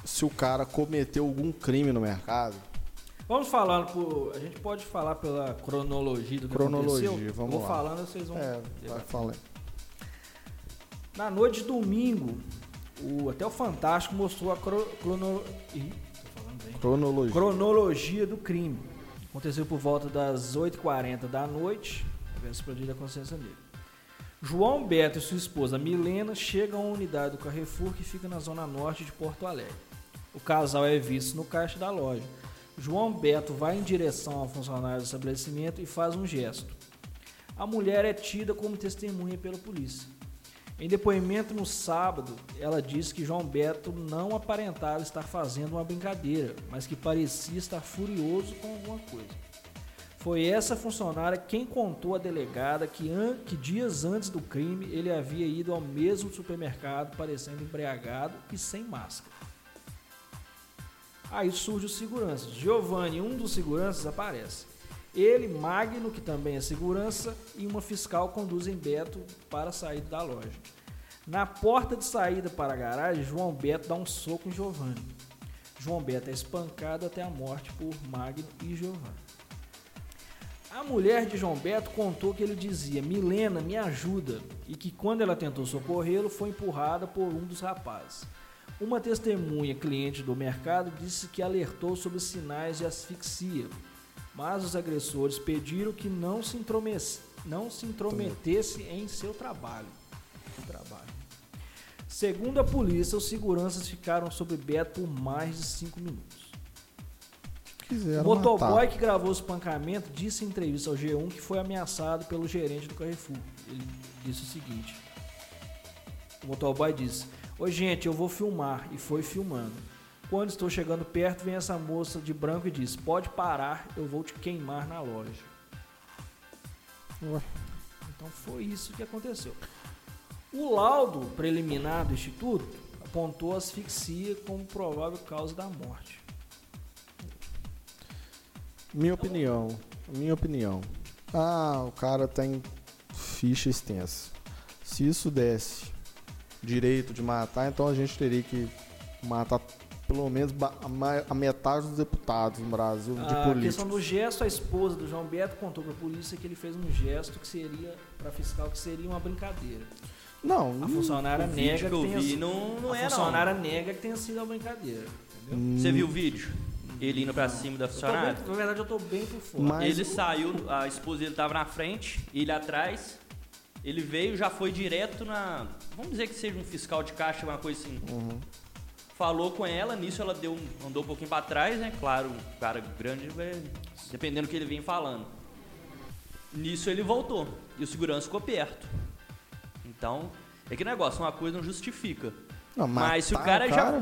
Se o cara cometeu algum crime no mercado, Vamos falar, por, a gente pode falar pela cronologia do que Cronologia, aconteceu? vamos Eu Vou lá. falando, vocês vão é, vai falar. Na noite de domingo, o, até o Fantástico mostrou a cro, crono- Ih, tô falando bem. Cronologia. Cronologia do crime. Aconteceu por volta das 8h40 da noite, na véspera do dia da consciência negra. João Beto e sua esposa Milena chegam à unidade do Carrefour que fica na zona norte de Porto Alegre. O casal é visto no caixa da loja. João Beto vai em direção ao funcionário do estabelecimento e faz um gesto. A mulher é tida como testemunha pela polícia. Em depoimento no sábado, ela disse que João Beto não aparentava estar fazendo uma brincadeira, mas que parecia estar furioso com alguma coisa. Foi essa funcionária quem contou à delegada que, an- que dias antes do crime ele havia ido ao mesmo supermercado parecendo embriagado e sem máscara. Aí surge os seguranças. Giovanni, um dos seguranças, aparece. Ele, Magno, que também é segurança, e uma fiscal conduzem Beto para a saída da loja. Na porta de saída para a garagem, João Beto dá um soco em Giovanni. João Beto é espancado até a morte por Magno e Giovanni. A mulher de João Beto contou que ele dizia: Milena, me ajuda, e que quando ela tentou socorrê-lo, foi empurrada por um dos rapazes. Uma testemunha, cliente do mercado, disse que alertou sobre sinais de asfixia, mas os agressores pediram que não se, intromesse- não se intrometesse em seu trabalho. Que trabalho. Segundo a polícia, os seguranças ficaram sob Beto por mais de cinco minutos. Quiseram o motoboy matar. que gravou o espancamento disse em entrevista ao G1 que foi ameaçado pelo gerente do Carrefour. Ele disse o seguinte: O motoboy disse: Ô gente, eu vou filmar. E foi filmando. Quando estou chegando perto, vem essa moça de branco e diz: Pode parar, eu vou te queimar na loja. Ué. Então foi isso que aconteceu. O laudo preliminar do Instituto apontou asfixia como provável causa da morte. Minha opinião. Minha opinião. Ah, o cara tem ficha extensa. Se isso desse direito de matar, então a gente teria que matar pelo menos ba- a ma- a metade dos deputados no Brasil Ah, de a questão políticos. do gesto, a esposa do João Beto contou para a polícia que ele fez um gesto que seria para fiscal que seria uma brincadeira. Ah, Não, A não- funcionária o nega vídeo que eu tenha vi sido- não, não a é não. funcionária nega que tenha sido uma brincadeira. Entendeu? Você viu o vídeo? Ele indo pra cima da Eu tô bem- funcionária? na verdade, eu tô bem por fora. Mas- Ele saiu, a esposa dele tava na frente, ele atrás. Ele veio, já foi direto na. Vamos dizer que seja um fiscal de caixa, uma coisa assim. Uhum. Falou com ela, nisso ela deu, um- andou um pouquinho pra trás, né? Claro, um cara grande, vai- dependendo do que ele vem falando. Nisso ele voltou e o segurança ficou perto. Então, é que negócio, uma coisa não justifica. não, Mas se o matar cara já-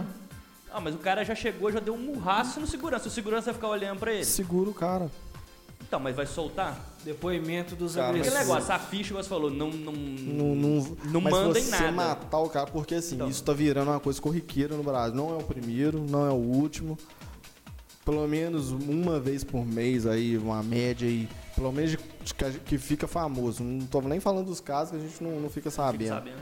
Ah, mas o cara já chegou, já deu um murraço no segurança. O segurança vai ficar olhando pra ele. Segura o cara. Então, mas vai soltar? Depoimento dos Cara, mas- Aquele agressores. negócio, a ficha, você falou, não, não, Não, não, não mas manda em você nada. matar o cara, porque assim, Então. isso tá virando uma coisa corriqueira no Brasil. Não é o primeiro, não é o último. Pelo menos uma vez por mês aí, uma média aí. Pelo menos de- de que, a gente- que fica famoso. Não tô nem falando dos casos que a gente não, não Fica fica sabendo. sabendo.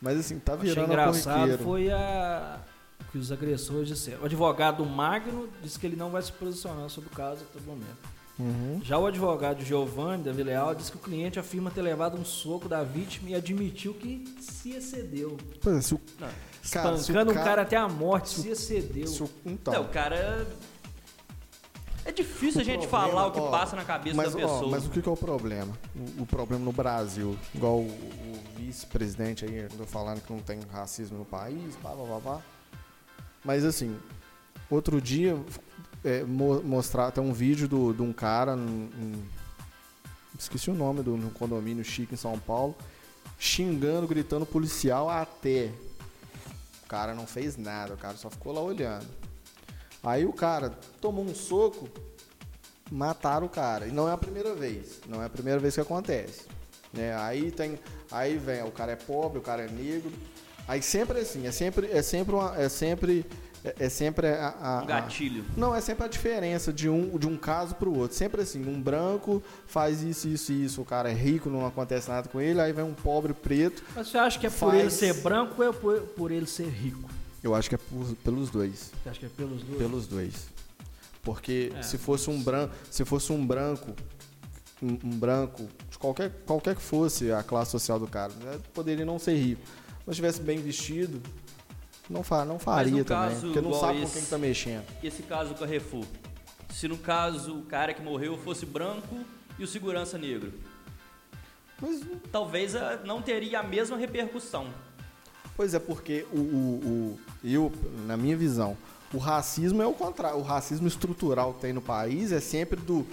Mas assim, tá Achei virando uma engraçado corriqueira. foi a o que os agressores disseram. O advogado Magno disse que ele não vai se posicionar sobre o caso até o momento. Uhum. Já o advogado Giovanni da Vileal disse que o cliente afirma ter levado um soco da vítima e admitiu que se excedeu. Pois é, se o, Não. cara, se o Espancando um ca- cara até a morte, se excedeu. se o- então, Não, o cara. É difícil a O gente problema, falar o que ó, passa na cabeça mas, da ó, pessoa. mas o que, que é o problema? O, o problema no Brasil, igual o, o vice-presidente aí andou falando que não tem racismo no país, pá, pá, pá, pá. Mas assim, outro dia é, mo- mostrar até um vídeo do- de um cara, num- num- esqueci o nome do num condomínio chique em São Paulo, xingando, gritando policial até. O cara não fez nada, o cara só ficou lá olhando. Aí o cara tomou um soco, mataram o cara. E não é a primeira vez. Não é a primeira vez que acontece. Né? Aí tem. Aí vem, o cara é pobre, o cara é negro. Aí sempre assim, é sempre, é sempre uma. É sempre. É, é sempre a, a- Um a- gatilho. não, é sempre a diferença de um, de um caso pro outro. Sempre assim, um branco faz isso, isso e isso, o cara é rico, não acontece nada com ele, aí vem um pobre preto. Mas você acha que é por Faz- ele ser branco ou é por, por ele ser rico? Eu acho que é por- pelos dois. Você acha que é pelos dois? Pelos dois. Porque É. se fosse um branco, se fosse um branco, um, um branco, de qualquer, qualquer que fosse a classe social do cara, né, poderia não ser rico. Mas estivesse bem vestido, não, fa, não faria no também. caso, porque não igual sabe com esse- quem que tá mexendo. Esse caso do Carrefour. Se no caso o cara que morreu fosse branco e o segurança negro, Mas talvez ah, não teria a mesma repercussão. Pois é, porque o, o- o- eu, na minha visão, o racismo é o contrário. O racismo estrutural que tem no país é sempre do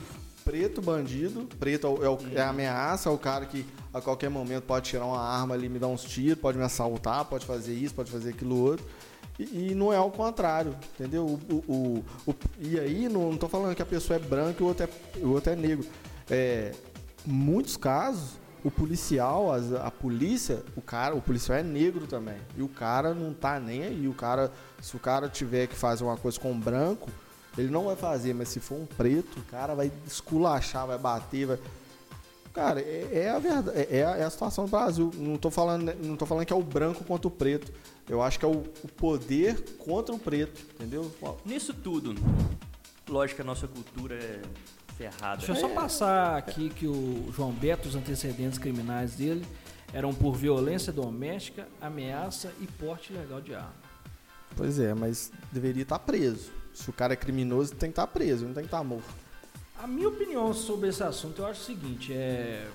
preto bandido, preto é, o- é o- é a ameaça, é o cara que a qualquer momento pode tirar uma arma ali, me dar uns tiros, pode me assaltar, pode fazer isso, pode fazer aquilo outro. E, e não é ao contrário, entendeu? O, o- o- o- e aí, não, não tô falando que a pessoa é branca e o outro é, o outro é negro. É, muitos casos, o policial, as- a polícia, o cara, o policial é negro também. E o cara não tá nem aí. O cara, se o cara tiver que fazer uma coisa com um branco, ele não vai fazer, mas se for um preto, o cara vai esculachar, vai bater, vai. Cara, é, é a verdade, é, é a- é a situação do Brasil. Não tô falando, não tô falando que é o branco contra o preto. Eu acho que é o, o poder contra o preto, entendeu? Nisso tudo, lógico que a nossa cultura é ferrada. Deixa eu só passar aqui que o João Beto, os antecedentes criminais dele eram por violência doméstica, ameaça e porte ilegal de arma. Pois é, mas deveria estar preso. Se o cara é criminoso, tem que estar preso, não tem que estar morto. A minha opinião sobre esse assunto, eu acho o seguinte, é.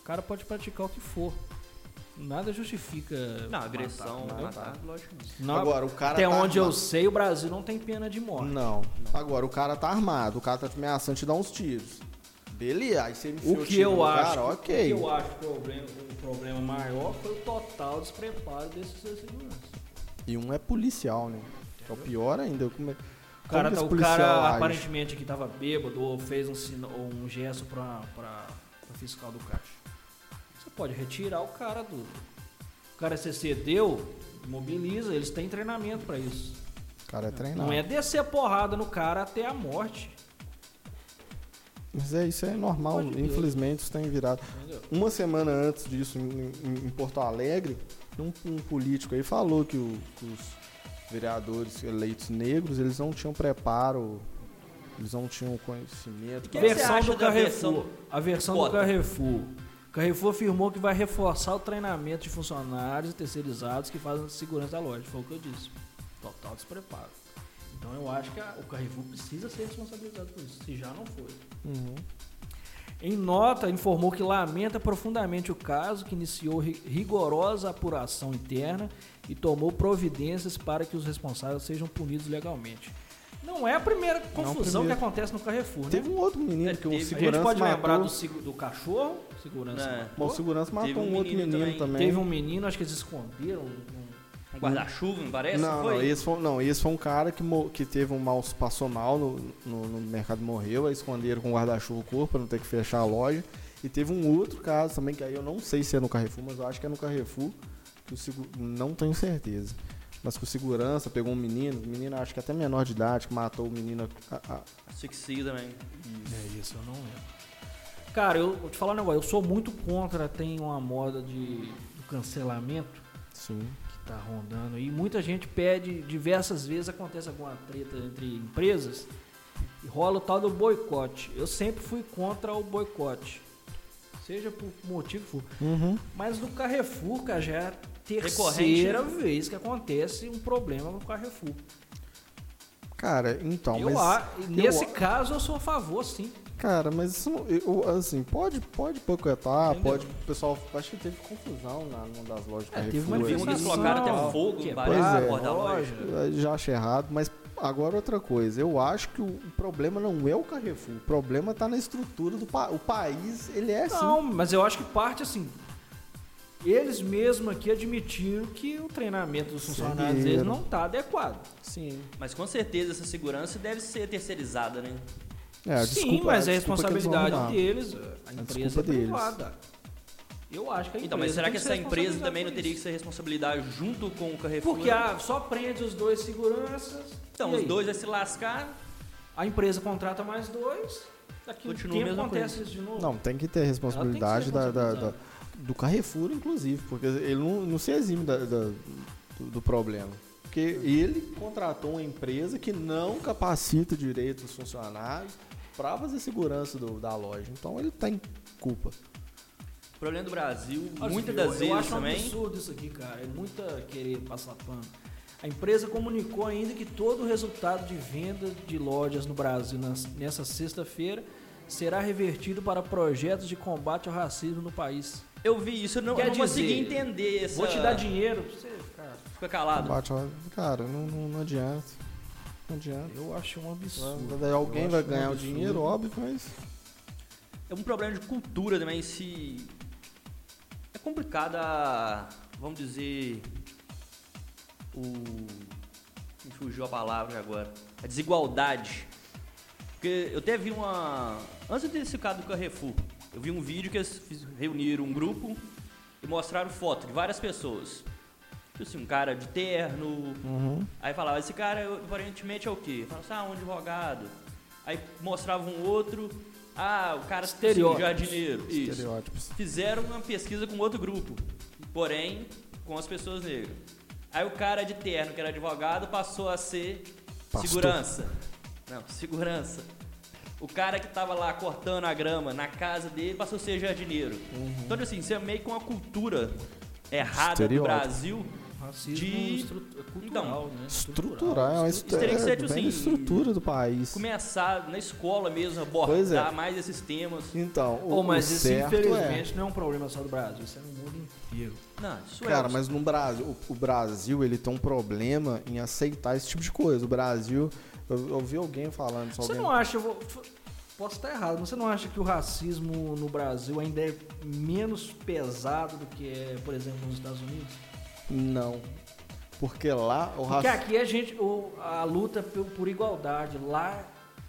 O cara pode praticar o que for. Nada justifica. Não, agressão, matar, matar, matar. lógico que não. Não, Agora, o cara até tá onde eu né? armado. sei, o Brasil não tem pena de morte. Não. Agora, o cara tá armado, o cara tá te ameaçando te dar uns tiros. Beleza, aí você O enfia que tiro eu no acho, Cara, o que ok. eu acho que é o problema, o problema maior foi o total despreparo desses seguranças. E um é policial, né? Que é o pior ainda. Como é... O cara, como tá- que o esse cara policial age? aparentemente aqui tava bêbado ou fez um, sino- ou um gesto pra, pra, pra fiscal do caixa. Você pode retirar o cara do. O cara se cedeu, mobiliza, eles têm treinamento pra isso. O cara é Não. treinado. é descer porrada no cara até a morte. Mas é, isso é normal. Pode ver. Infelizmente, isso tem virado. Entendeu? Uma semana antes disso, em, em- em Porto Alegre, um, um político aí falou que, o- que os vereadores eleitos negros, eles não tinham preparo, eles não tinham conhecimento. que pra- você versão acha do da Carrefour. versão A versão cota? do Carrefour. O Carrefour afirmou que vai reforçar o treinamento de funcionários e terceirizados que fazem a segurança da loja. Foi o que eu disse. Total despreparo. Então eu acho que a- o Carrefour precisa ser responsabilizado por isso, se já não foi. Uhum. Em nota, informou que lamenta profundamente o caso, que iniciou ri- rigorosa apuração interna e tomou providências para que os responsáveis sejam punidos legalmente. Não é a primeira confusão primeiro. que acontece no Carrefour, né? Teve um outro menino É, que o teve. A A gente segurança pode lembrar matou. do, segu- do cachorro, segurança Né. matou. Bom, o segurança matou Teve um, um outro menino menino também. também. Teve um menino, acho que eles esconderam. um- Um guarda-chuva, me parece? não, foi? não, esse foi, não, esse foi um cara que, mo- que teve um mal, passou mal no, no, no mercado morreu, aí esconderam com guarda-chuva o corpo pra não ter que fechar a loja. E teve um outro caso também, que aí eu não sei se é no Carrefour, mas eu acho que é no Carrefour, que o segu- não tenho certeza. Mas que o segurança pegou um menino, o menino acho que é até menor de idade, que matou o menino. a- a- Asfixia também. É isso, eu não lembro. Cara, eu vou te falar um negócio, eu sou muito contra, tem uma moda de do cancelamento. sim. que tá rondando e muita gente pede diversas vezes acontece alguma treta entre empresas e rola o tal do boicote. Eu sempre fui contra o boicote. Seja por que motivo for. Uhum. Mas no Carrefour, cara, já é a terceira Recorrente, né? vez que acontece um problema no Carrefour. Cara, então, eu, mas. a- e nesse eu a- caso, eu sou a favor, sim. Cara, mas isso não- eu- assim, pode, pode boicotar, Entendeu? pode. O pessoal, acho que teve confusão na numa das lojas do É, teve Carrefour uma Eu vi aí. um que eles Não, colocaram até fogo que em é várias pois é. portas da loja. Eu Já acho errado, mas agora outra coisa. Eu acho que o problema não é o Carrefour. O problema tá na estrutura do pa... o país. Ele é assim. Não, mas eu acho que parte assim. Eles mesmos aqui admitiram que o treinamento dos funcionários deles Entenderam. não está adequado. Sim. Mas com certeza essa segurança deve ser terceirizada, né? É, Sim, desculpa- mas é a desculpa que eles vão responsabilidade arrumar. deles. A desculpa empresa é deles. privada. Eu acho que a empresa Então, mas será tem que ser essa empresa responsabilizada também não por teria que isso. ser responsabilidade junto com o Carrefour? Porque ah, só prende os dois seguranças. Então, e os aí? dois vai se lascar. A empresa contrata mais dois. Daqui a um Continua a tempo mesma acontece isso de novo. Não, tem que ter responsabilidade, da- da- da, responsabilizada. do Carrefour, inclusive, porque ele não, não se exime da- da- do, do problema. Porque ele contratou uma empresa que não capacita direito os funcionários para fazer segurança do- da loja. Então ele tem culpa. O problema do Brasil, Olha, eu- muitas das eu vezes acho um também. absurdo isso aqui, cara. É muita querer passar pano. A empresa comunicou ainda que todo o resultado de venda de lojas no Brasil nas- nessa sexta-feira será revertido para projetos de combate ao racismo no país. Eu vi isso, eu não, Quer eu não consegui dizer, entender essa. Vou te dar dinheiro pra você, cara. Fica calado. Combate ao- Cara, não, não- não adianta. Não adianta. Eu acho um absurdo. Daí alguém Eu vai acho um ganhar o absurdo. dinheiro, óbvio, mas. É um problema de cultura também, se. É complicada, vamos dizer. O. Me fugiu a palavra agora. A desigualdade. Porque eu até vi uma. Antes de ter esse caso do Carrefour, eu vi um vídeo que eles fiz- reuniram um grupo e mostraram foto de várias pessoas. Tipo assim, um cara de terno, Aí falava, esse cara eu- aparentemente é o quê? Falava assim, ah, um advogado. Aí mostrava um outro, ah, o cara Estereótipos. um jardineiro. Isso. Estereótipos. Fizeram uma pesquisa com outro grupo, porém com as pessoas negras. Aí o cara de terno, que era advogado, passou a ser Pastor. segurança. Não, segurança. O cara que tava lá cortando a grama na casa dele passou a ser jardineiro. Então, assim, isso é meio que uma cultura errada do Uhum. Estereótipo. Brasil. Racismo De- estru- cultural, né? Estruturar, é uma Isso teria que ser, tipo estra- bem assim, estrutura do país. começar na escola mesmo a Pois abordar é. mais esses temas. Então, o, Oh, mas o isso certo é- infelizmente não é um problema só do Brasil, isso é no mundo inteiro. desafio. Não, isso é. Cara, o- mas no Brasil, o, o Brasil ele tem um problema em aceitar esse tipo de coisa. O Brasil, eu, eu vi alguém falando, só Você alguém- não acha, eu vou- posso estar errado, mas você não acha que o racismo no Brasil ainda é menos pesado do que é, por exemplo, nos Estados Unidos? Não. Porque lá o Porque racismo. aqui a gente, o- a luta por, por igualdade, lá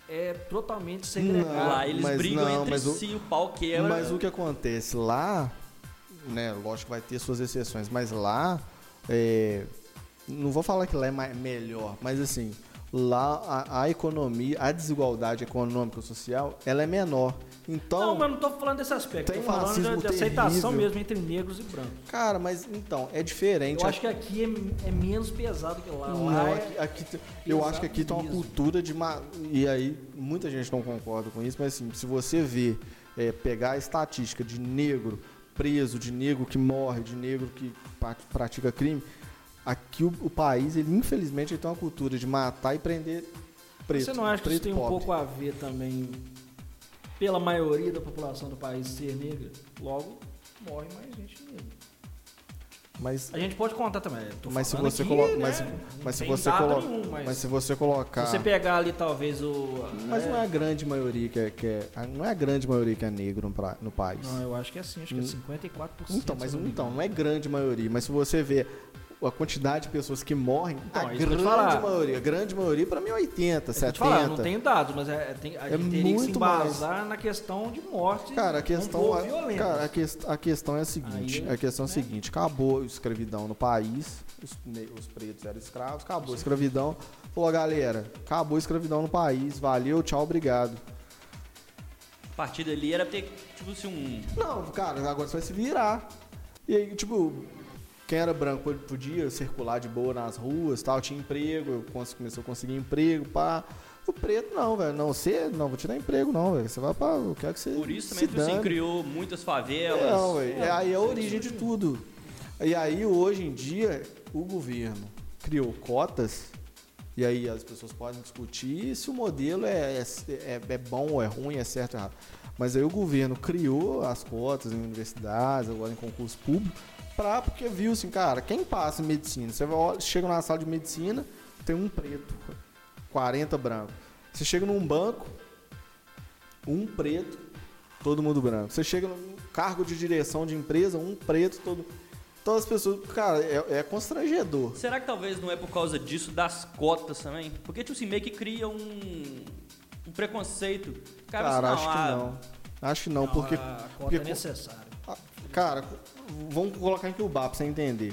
é totalmente segregado. Não, Lá eles mas brigam não, entre mas o- si, o pau quebra. Mas o que acontece? Lá, né, lógico que vai ter suas exceções, mas lá, é, não vou falar que lá é mai- melhor, mas assim, lá a, a economia, a desigualdade econômica e social, ela é menor. Então, não, mas eu não tô falando desse aspecto, tem tô um falando de- de, racismo aceitação terrível. mesmo entre negros e brancos. cara, mas então, é diferente. Eu acho que aqui é, é menos pesado que lá. Não, lá é- aqui- aqui tem- eu acho que aqui tem uma mesmo. cultura de. ma- E aí, muita gente não concorda com isso, mas assim, se você vê, é, pegar a estatística de negro preso, de negro que morre, de negro que pa- pratica crime, aqui o, o país, ele infelizmente, ele tem uma cultura de matar e prender preto. Você não acha que preto isso tem um pobre. pouco a ver também pela maioria da população do país ser negra? Logo, morre mais gente negra. Mas, A gente pode contar também. eu tô mas se falando você aqui, coloca. né, Mas, se- não mas se tem você dado coloca. nenhum, mas, Mas se você colocar. se você pegar ali talvez o... Mas é, não é a grande maioria que é, que é- a- Não é a grande maioria que é negro no, pra- no país. Não, eu acho que é assim, acho que é 54%. Hum. Então, mas se eu não me então, engano. não é grande maioria, mas se você vê a quantidade de pessoas que morrem, Então, a isso que eu te grande falar. maioria, grande maioria pra mim é 80, Eu 70. te falar, não tenho dados, mas é, é- tem, a É gente teria que se muito mais. embasar na questão de morte. Cara, a questão, é- um pouco cara, a, violenta. ques- a questão é a seguinte, Aí, a questão é a né? seguinte, acabou a escravidão no país, os, ne- os pretos eram escravos, acabou a escravidão, falou, galera, acabou a escravidão no país, valeu, tchau, obrigado. A partir dali era ter, tipo assim, um. Não, cara, agora você vai se virar. E aí, tipo, quem era branco pod- podia circular de boa nas ruas, tal, tinha emprego, cons- começou a conseguir emprego, pá. O preto não, velho. Não, você não vou te dar emprego, não, velho. Você vai pra. Eu quero que você. Por isso se também, tipo assim, dane. criou muitas favelas. Não, velho. É, aí é a origem de tudo. E aí, hoje em dia, o governo criou cotas. E aí as pessoas podem discutir se o modelo é, é, é- é bom ou é ruim, é certo ou errado. Mas aí o governo criou as cotas em universidades, agora em concurso público, pra, porque viu assim, cara, quem passa em medicina? Você vai, olha, chega na sala de medicina, tem um preto, 40 branco. Você chega num banco, um preto, todo mundo branco. Você chega num cargo de direção de empresa, um preto, todo. Todas as pessoas. Cara, é, é constrangedor. Será que talvez não é por causa disso das cotas também? Porque, tipo assim, meio que cria um, um preconceito. Cara, Cara, assim, acho que ah, não. Acho que não, porque. a cota porque- é necessária. ah, Cara, vamos colocar em Cuba pra você entender.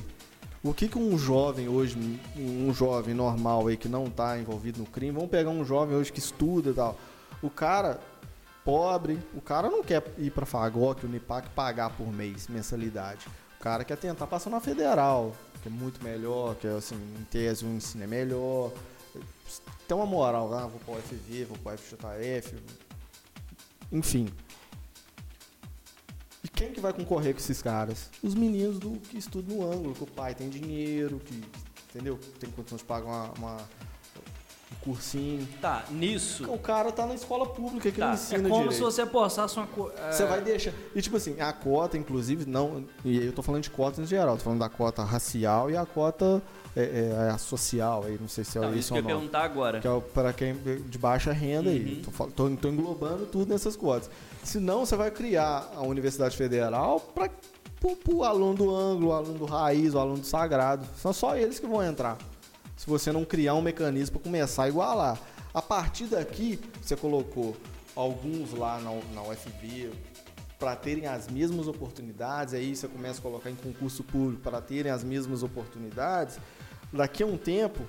O que, que um jovem hoje, um jovem normal aí que não tá envolvido no crime, vamos pegar um jovem hoje que estuda e tal. O cara pobre, o cara não quer ir pra Fagoc, Unipac, pagar por mês mensalidade. O cara quer tentar passar na federal, que é muito melhor, que é assim, em tese o ensino é melhor. Tem uma moral, ah, vou pro FV, vou pro FJF, enfim. E quem que vai concorrer com esses caras? Os meninos do que estudam no ângulo, que o pai tem dinheiro, que, entendeu? Tem condições de pagar uma, uma- um cursinho. Tá, nisso. O cara tá na escola pública que Tá, não é É ensina como direito. se você apostasse uma é, coisa. Você vai deixar. E tipo assim, a cota, inclusive, não. E aí eu tô falando de cotas em geral, tô falando da cota racial e a cota é, é, a social, aí não sei se é Não, isso isso que eu ou ia não. perguntar agora. Que é o- pra quem de baixa renda aí. Tô, fal- tô- tô englobando tudo nessas cotas. Senão você vai criar a Universidade Federal para o aluno do ângulo, o aluno do raiz, o aluno do sagrado. São só eles que vão entrar. Se você não criar um mecanismo para começar a igualar. A partir daqui, você colocou alguns lá na, U- na UFB para terem as mesmas oportunidades, aí você começa a colocar em concurso público para terem as mesmas oportunidades. Daqui a um tempo,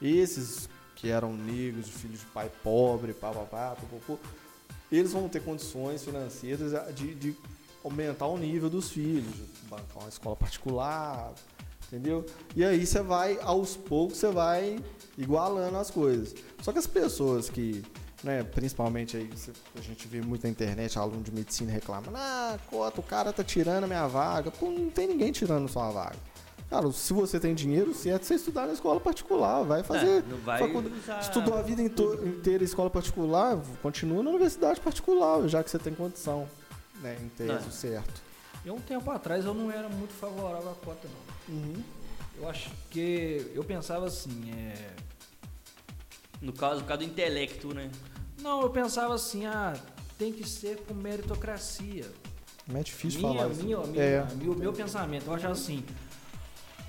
esses que eram negros, filhos de pai pobre, pá, pá, pá, pá, pá, pá, eles vão ter condições financeiras de, de aumentar o nível dos filhos, de bancar uma escola particular, entendeu? E aí você vai, aos poucos, você vai igualando as coisas. Só que as pessoas que, né, principalmente aí, você- a gente vê muito na internet, aluno de medicina reclamando, ah, cota, o cara tá tirando a minha vaga. Pô, não tem ninguém tirando sua vaga. Cara, se você tem dinheiro, o certo é você estudar na escola particular, vai fazer É, não vai faculdade. usar- Estudou a vida into- inteira em escola particular, continua na universidade particular, já que você tem condição, né, em tese, É. o certo. E há um tempo atrás eu não era muito favorável à cota, não. Uhum. Eu acho que. Eu pensava assim, é. No caso, por causa do intelecto, né? é Não, eu pensava assim, ah, tem que ser com meritocracia. Mas é difícil minha, falar minha, isso. minha, é, minha- o meu pensamento, eu achava assim,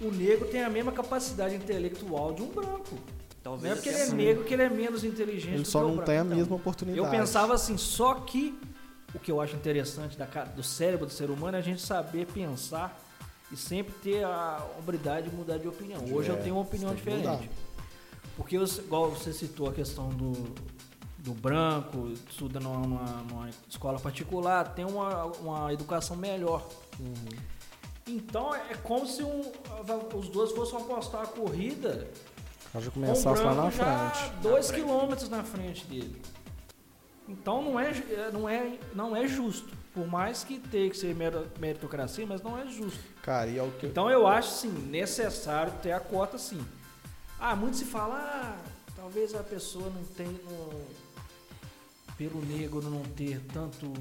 o negro tem a mesma capacidade intelectual de um branco. Não Talvez. é assim. porque ele até é mais. negro que ele é menos inteligente ele do só que o não branco. tem a Então, mesma oportunidade. Eu pensava assim, só que o que eu acho interessante da, ca- do cérebro do ser humano é a gente saber pensar e sempre ter a hombridade de mudar de opinião. Hoje eu É, tenho uma opinião você tem que diferente. Porque, eu, igual você citou a questão do, do branco, estuda numa, numa- numa escola particular, tem uma, uma educação melhor. Uhum. Então é como se um- os dois fossem apostar a corrida Eu já com o começasse lá na branco já frente. dois Na frente. quilômetros na frente dele. Então não é, ju- é, não é, não é justo. Por mais que tenha que ser mero- meritocracia, mas não é justo. Cara, e é o que. Então eu acho sim necessário ter a cota sim. Ah, muito se fala, ah, talvez a pessoa não tem não- pelo negro não ter tanto,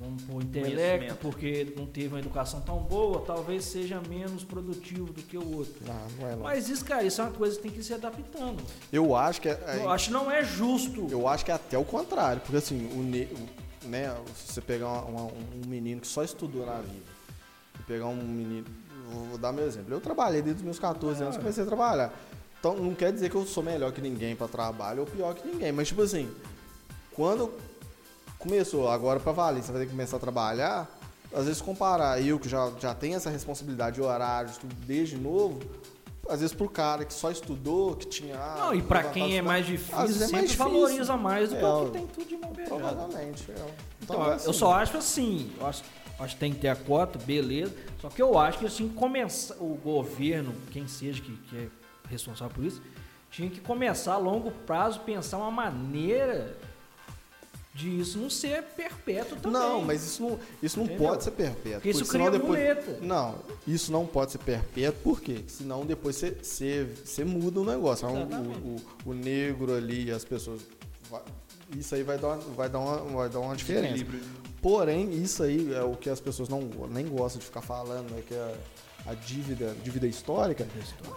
vamos pôr, intelecto, Conhecimento. porque não teve uma educação tão boa, talvez seja menos produtivo do que o outro. Ah, não é não. Mas isso, cara, isso é uma coisa que tem que ir se adaptando. Eu acho que é- é, Eu acho que não é justo. Eu acho que é até o contrário, porque assim, o ne- o- né, se você pegar uma- uma- um menino que só estudou na vida, e pegar um menino, vou vou dar meu exemplo, eu trabalhei desde os meus 14 anos, Ah. comecei a trabalhar. Então não quer dizer que eu sou melhor que ninguém para trabalho ou pior que ninguém, mas tipo assim, quando começou agora para valer, você vai ter que começar a trabalhar, às vezes comparar eu que já, já tenho essa responsabilidade de horário, estudo desde novo, às vezes pro cara que só estudou, que tinha ah, não, e pra quem é estudar- mais difícil, Às vezes é sempre mais difícil. valoriza mais do que É, o ó, que tem tudo de mão beijada. Provavelmente, é. Então, Então, eu assim, só acho assim, eu acho, acho que tem que ter a cota, beleza. Só que eu acho que assim, começa, o governo, quem seja que, que é responsável por isso, tinha que começar a longo prazo pensar uma maneira de isso não ser perpétuo também. Não, mas isso não, isso não Entendeu? pode ser perpétuo. Porque isso porque cria senão depois... muleta. Não, isso não pode ser perpétuo, por quê? Senão depois você- você você muda o negócio. Ah, o- Exatamente. O, o- o negro ali, as pessoas. vai- Isso aí vai dar, uma- vai, dar uma, vai dar uma diferença. Equilíbrio. Porém, isso aí é o que as pessoas não, go- nem gostam de ficar falando, né, que é a dívida, dívida histórica.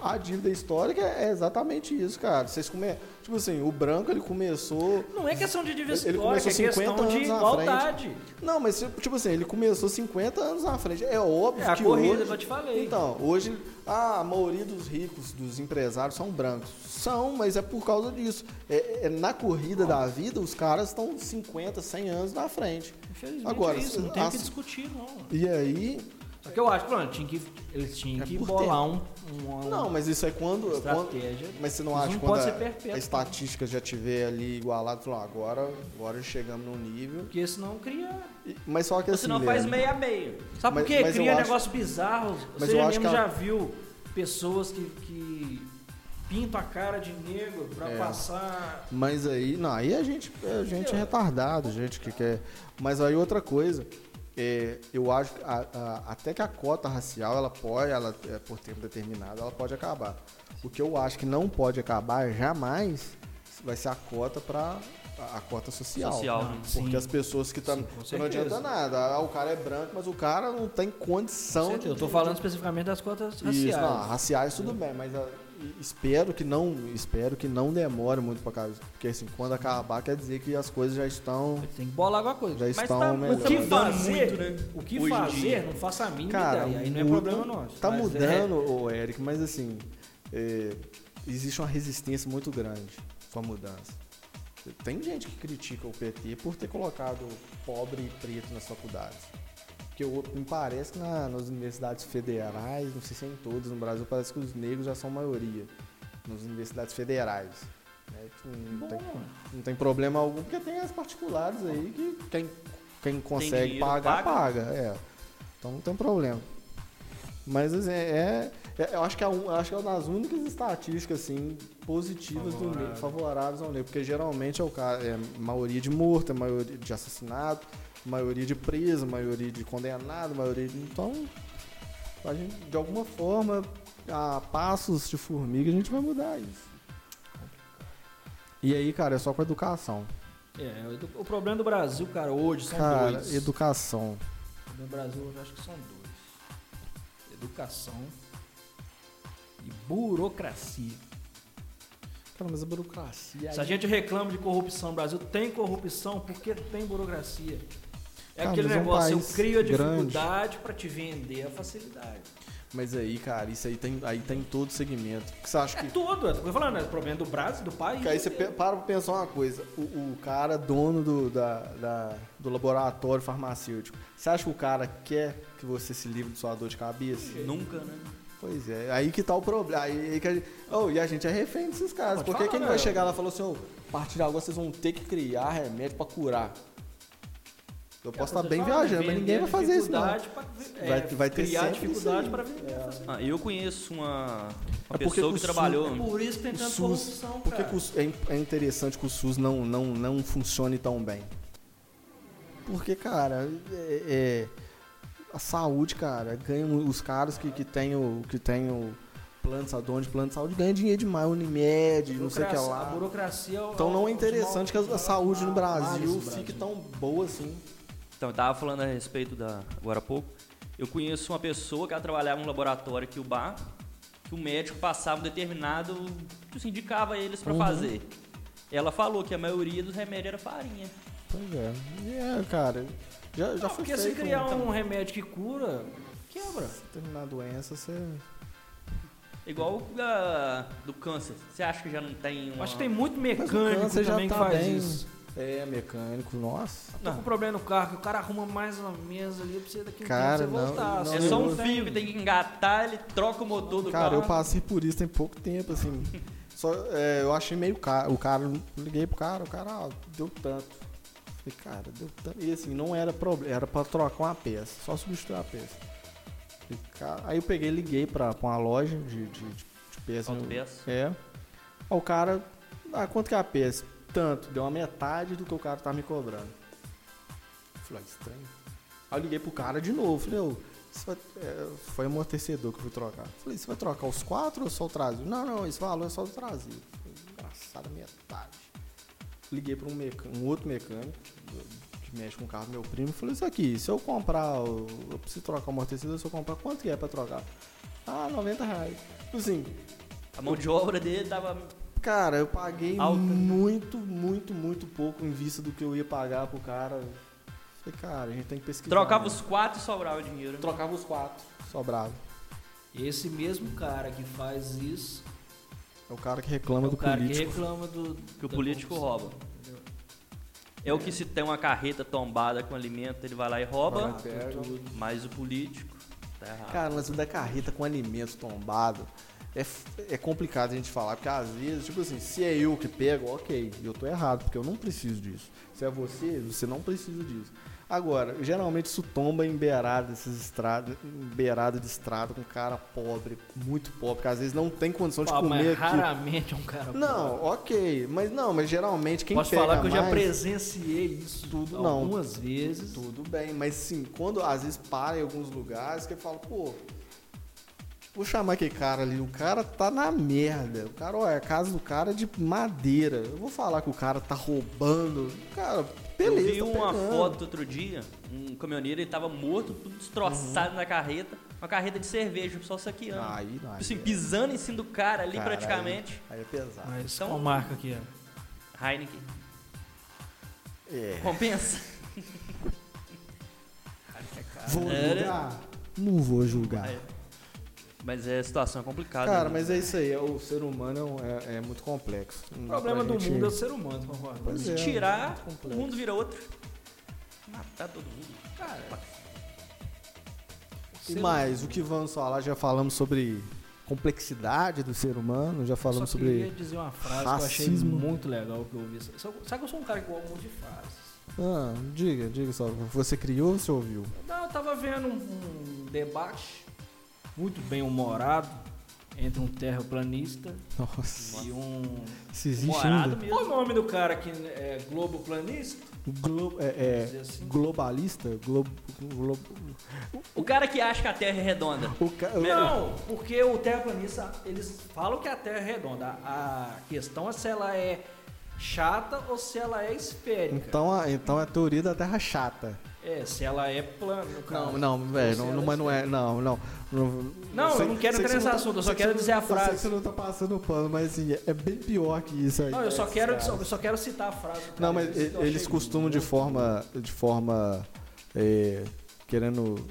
A dívida histórica é exatamente isso, cara. Vocês come... Tipo assim, o branco ele começou. Não é questão de divisão, Ele começou é questão 50 de anos na igualdade. Não, mas tipo, tipo assim, ele começou 50 anos na frente. É óbvio É a que corrida, hoje... que eu te falei. Então, hoje ah, a maioria dos ricos, dos empresários são brancos. São, mas é por causa disso. É, é na corrida da vida, os caras estão 50, 100 anos na frente. Infelizmente Agora, é isso, não tem o que as- discutir, não. E aí... Só que eu acho, pronto, tinha que, eles tinham É que por bolar um, uma, Não, mas isso é quando... uma quando- estratégia. mas você não Isso acha não que quando pode a, ser perpétuo. a estatística já tiver ali igualado, falou, ah, agora, agora chegamos num nível... Porque senão cria. E- Mas só que Ou assim, senão faz Leandro, meia a meia. Sabe Mas- por quê? mas Cria eu acho- negócio bizarro. mas Você eu mesmo acho que já ela- viu pessoas que, que pintam a cara de negro pra É. passar. Mas aí, não, aí a gente, a gente é retardado, gente que quer. Mas aí outra coisa, é, eu acho que a- a- até que a cota racial, ela pode, ela, é, por tempo determinado, ela pode acabar. O que eu acho que não pode acabar jamais vai ser a cota para a, a cota social. né? Social. Não, Porque né? sim. as pessoas que Sim, estão. com Não certeza. adianta nada. Ah, o cara é branco, mas o cara não tem condição de- Eu tô falando especificamente das cotas raciais. isso, não, raciais tudo bem, mas ah, e- espero que não, espero que não demore muito pra acabar, porque assim, quando acabar quer dizer que as coisas já estão Tem que bolar alguma coisa. já Mas estão né? tá- o O melhores. que mudando fazer, muito, né? o que Hoje em fazer, dia. não faça a mínima Cara, ideia. Aí não é muda- problema nosso. Tá Mas é- mudando, ô Eric, mas assim, é, existe uma resistência muito grande com a mudança. Tem gente que critica o PT por ter colocado pobre e preto nas faculdades. Porque eu- me parece que na- nas universidades federais, não sei se é em todas no Brasil, parece que os negros já são maioria. Nas universidades federais. né, que não, tem, Bom, não tem problema algum, porque tem as particulares aí que quem, quem consegue dinheiro, pagar, paga. paga. É. Então não tem problema. Mas assim, é, é- eu acho que é, um- eu acho que é uma das únicas estatísticas assim, positivas do Favorável. negro, favoráveis ao negro, porque geralmente é o cara, é maioria de morto, é maioria de assassinato, maioria de preso, maioria de condenado, maioria de. Então, a gente, de alguma forma, a passos de formiga, a gente vai mudar isso. E aí, cara, é só com a educação. é, o edu- o problema do Brasil, cara, hoje são cara, dois. educação. No Brasil, eu acho que são dois. educação e burocracia. Cara, mas a burocracia. Se a gente reclama de corrupção no Brasil, tem corrupção porque tem burocracia. É Cara, aquele mas é um negócio, país eu crio a grande. dificuldade pra te vender a facilidade. Mas aí, cara, isso aí tem, aí tem todo segmento. Porque você acha É que. tudo, eu tô falando, é o problema do Brasil, do país. é Porque aí você pe- para pra pensar uma coisa. O, o cara é dono do, da, da- do laboratório farmacêutico, você acha que o cara quer que você se livre de sua dor de cabeça? Nunca, né? Pois é, aí que tá o problema. Aí, aí que a gente- oh, e a gente é refém desses caras. Pode Porque falar, quem né? vai chegar lá e falar assim, "Ô, a partir de agora vocês vão ter que criar remédio pra curar. Eu posso estar bem viajando, mas ninguém vai fazer isso não. Vai- vai, vai ter é, criar sempre isso dificuldade aí. para vender. a facilidade. Ah, eu conheço uma, uma É porque pessoa o que SUS- trabalhou. É por isso que tem O tanta SUS, corrupção, Por que cara. que o SUS- é, in- é interessante que o SUS não, não, não funcione tão bem? Porque, cara, é- é- a saúde, cara, ganham os caras que, que têm o. Que tem o plano de saúde, dono de plano de saúde, ganha dinheiro demais, Unimed, não sei o que Burocracia- lá. A burocracia é o- Então não os é interessante que a, a maus- saúde no males Brasil do fique tão boa assim. Então, eu tava falando a respeito da. agora há pouco. Eu conheço uma pessoa que ela trabalhava em um laboratório aqui, o bar, que o médico passava um determinado. tipo assim, indicava eles pra Uhum. fazer. Ela falou que a maioria dos remédios era farinha. Pois é. É, cara. Já, já Não, foi porque feito. se criar então. um remédio que cura, quebra. Se terminar a doença, você. Igual o da- do câncer. Você acha que já não tem uma... Acho que tem muito Ah. Mas o mecânico câncer já também tá que faz bem. isso. É, mecânico, nossa. Tô Não. com problema no carro, que o cara arruma mais uma mesa ali pra você daqui a um Cara, tempo você não, voltar. não, É Você só não um fio que tem que engatar, ele troca o motor do Cara, carro. eu passei por isso tem pouco tempo, assim. Só, é, eu achei meio caro. O cara, liguei pro cara, o cara, ah, deu tanto. Falei, cara, deu tanto. E assim, não era problema, era pra trocar uma peça, só substituir a peça. Falei, cara, Aí eu peguei, liguei pra, pra uma loja de, de, de, de peça. Autopeça. É. Aí o cara, ah, quanto que é a peça? Tanto, deu uma metade do que o cara tá me cobrando. Falei, ah, estranho. Aí eu liguei pro cara de novo, falei, ô, você vai- é, foi amortecedor que eu fui trocar. Falei, você vai trocar os quatro ou só o traseiro? Não, não, esse valor é só do traseiro. Falei, engraçado, metade. Liguei pra um, meca- um outro mecânico, que mexe com o carro do meu primo, e falei, isso aqui, se eu comprar, o- eu preciso trocar o amortecedor, se eu comprar, quanto que é pra trocar? Ah, 90 reais. Assim, A mão de obra dele tava... Cara, eu paguei Alta. muito, muito, muito pouco em vista do que eu ia pagar pro cara. Falei, cara, a gente tem que pesquisar. Trocava né? os quatro e sobrava o dinheiro. né? Trocava os quatro. Sobrava. Esse mesmo cara que faz isso É o cara que é reclama o do cara que político. reclama do. Que o da político corrupção, rouba. entendeu? É o que se tem uma carreta tombada com alimento, ele vai lá e Vai rouba. lá, pega. Mas o político tá errado. Cara, mas o da carreta com alimento tombado é, f- é complicado a gente falar, porque às vezes, tipo assim, se é eu que pego, ok, eu tô errado, porque eu não preciso disso. Se é você, você não precisa disso. Agora, geralmente isso tomba em beirada dessas estradas, em beirada de estrada com cara pobre, muito pobre, que às vezes não tem condição de Ah, comer mas aquilo. raramente é um cara. Não, ok, mas não, mas geralmente quem Posso pega falar que eu já mais- presenciei isso Tudo não. algumas vezes. Tudo bem, mas sim, quando às vezes para em alguns lugares que eu falo, pô, vou chamar aquele cara ali, o cara tá na merda. O cara, olha, a casa do cara é de madeira. Eu vou falar que o cara tá roubando. Cara, beleza. Eu vi tá uma pegando. foto outro dia, um caminhoneiro, ele tava morto, tudo destroçado Uhum. na carreta, uma carreta de cerveja, o pessoal saqueando. Aí, não, aí, assim, é- pisando em cima do cara ali cara, praticamente. Aí, aí é pesado. Mas Então- qual marca que é? Heineken, É. compensa? Vou Era- julgar? Não vou julgar. Aí. Mas é, a situação é complicada. Cara, né? mas é isso aí. O ser humano é um- é, é muito complexo. Não O dá problema pra do gente- mundo é o ser humano, concorda? Pois Se é, tirar, muito complexo. o mundo vira outro. Matar todo mundo. Cara, E ser mais, o que vamos falar? Já falamos sobre complexidade do ser humano, já humano- falamos só sobre. queria dizer uma frase que eu racismo. achei muito legal que eu ouvi. Sabe sabe que eu sou um cara que gosta muito de frases. Ah, diga, diga só. Você criou ou você ouviu? Não, eu tava vendo um, um debate muito bem humorado entre um terraplanista Nossa. e um. Isso existe Morado ainda? mesmo. Qual é o nome do cara que é globoplanista? Glo- Vamos é, dizer é, assim. globalista? Glo- glo- O cara que acha que a Terra é redonda. o ca- Ah, Não, porque o terraplanista, eles falam que a Terra é redonda. A a questão é se ela é chata ou se ela é esférica. Então, a- então é a teoria da Terra chata. É, se ela é plana. no caso. Não, não, velho, não, não, mas não é, não, não. Não, eu sei- não quero sei que entrar você nesse não tá- assunto, eu só sei que quero você não- dizer a frase. Eu sei que você não tá passando pano, mas assim, é- é bem pior que isso aí. né, Não, eu só Esses quero, caras. eu só quero citar a frase. do cara, é Não, mas isso eu e- achei eles costumam de muito- forma, de forma é, querendo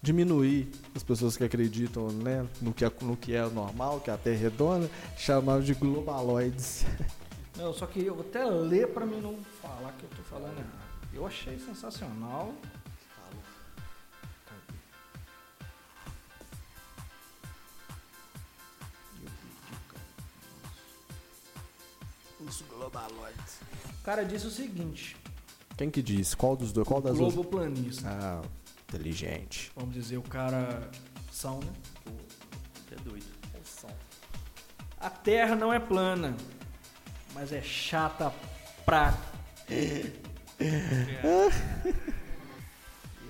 diminuir as pessoas que acreditam né, no, que é, no que é normal, que a Terra é redonda, chamavam de globaloides. Não, eu só queria, eu vou até ler pra mim não falar que eu tô falando errado. Eu achei sensacional. Cadê? Eu perdi, cara. Os globaloides. O cara disse o seguinte: Quem que diz? Qual dos dois? Qual das duas? Globoplanista. Ah, inteligente. Vamos dizer, o cara são, né? É doido. A Terra não é plana, mas é chata pra. eu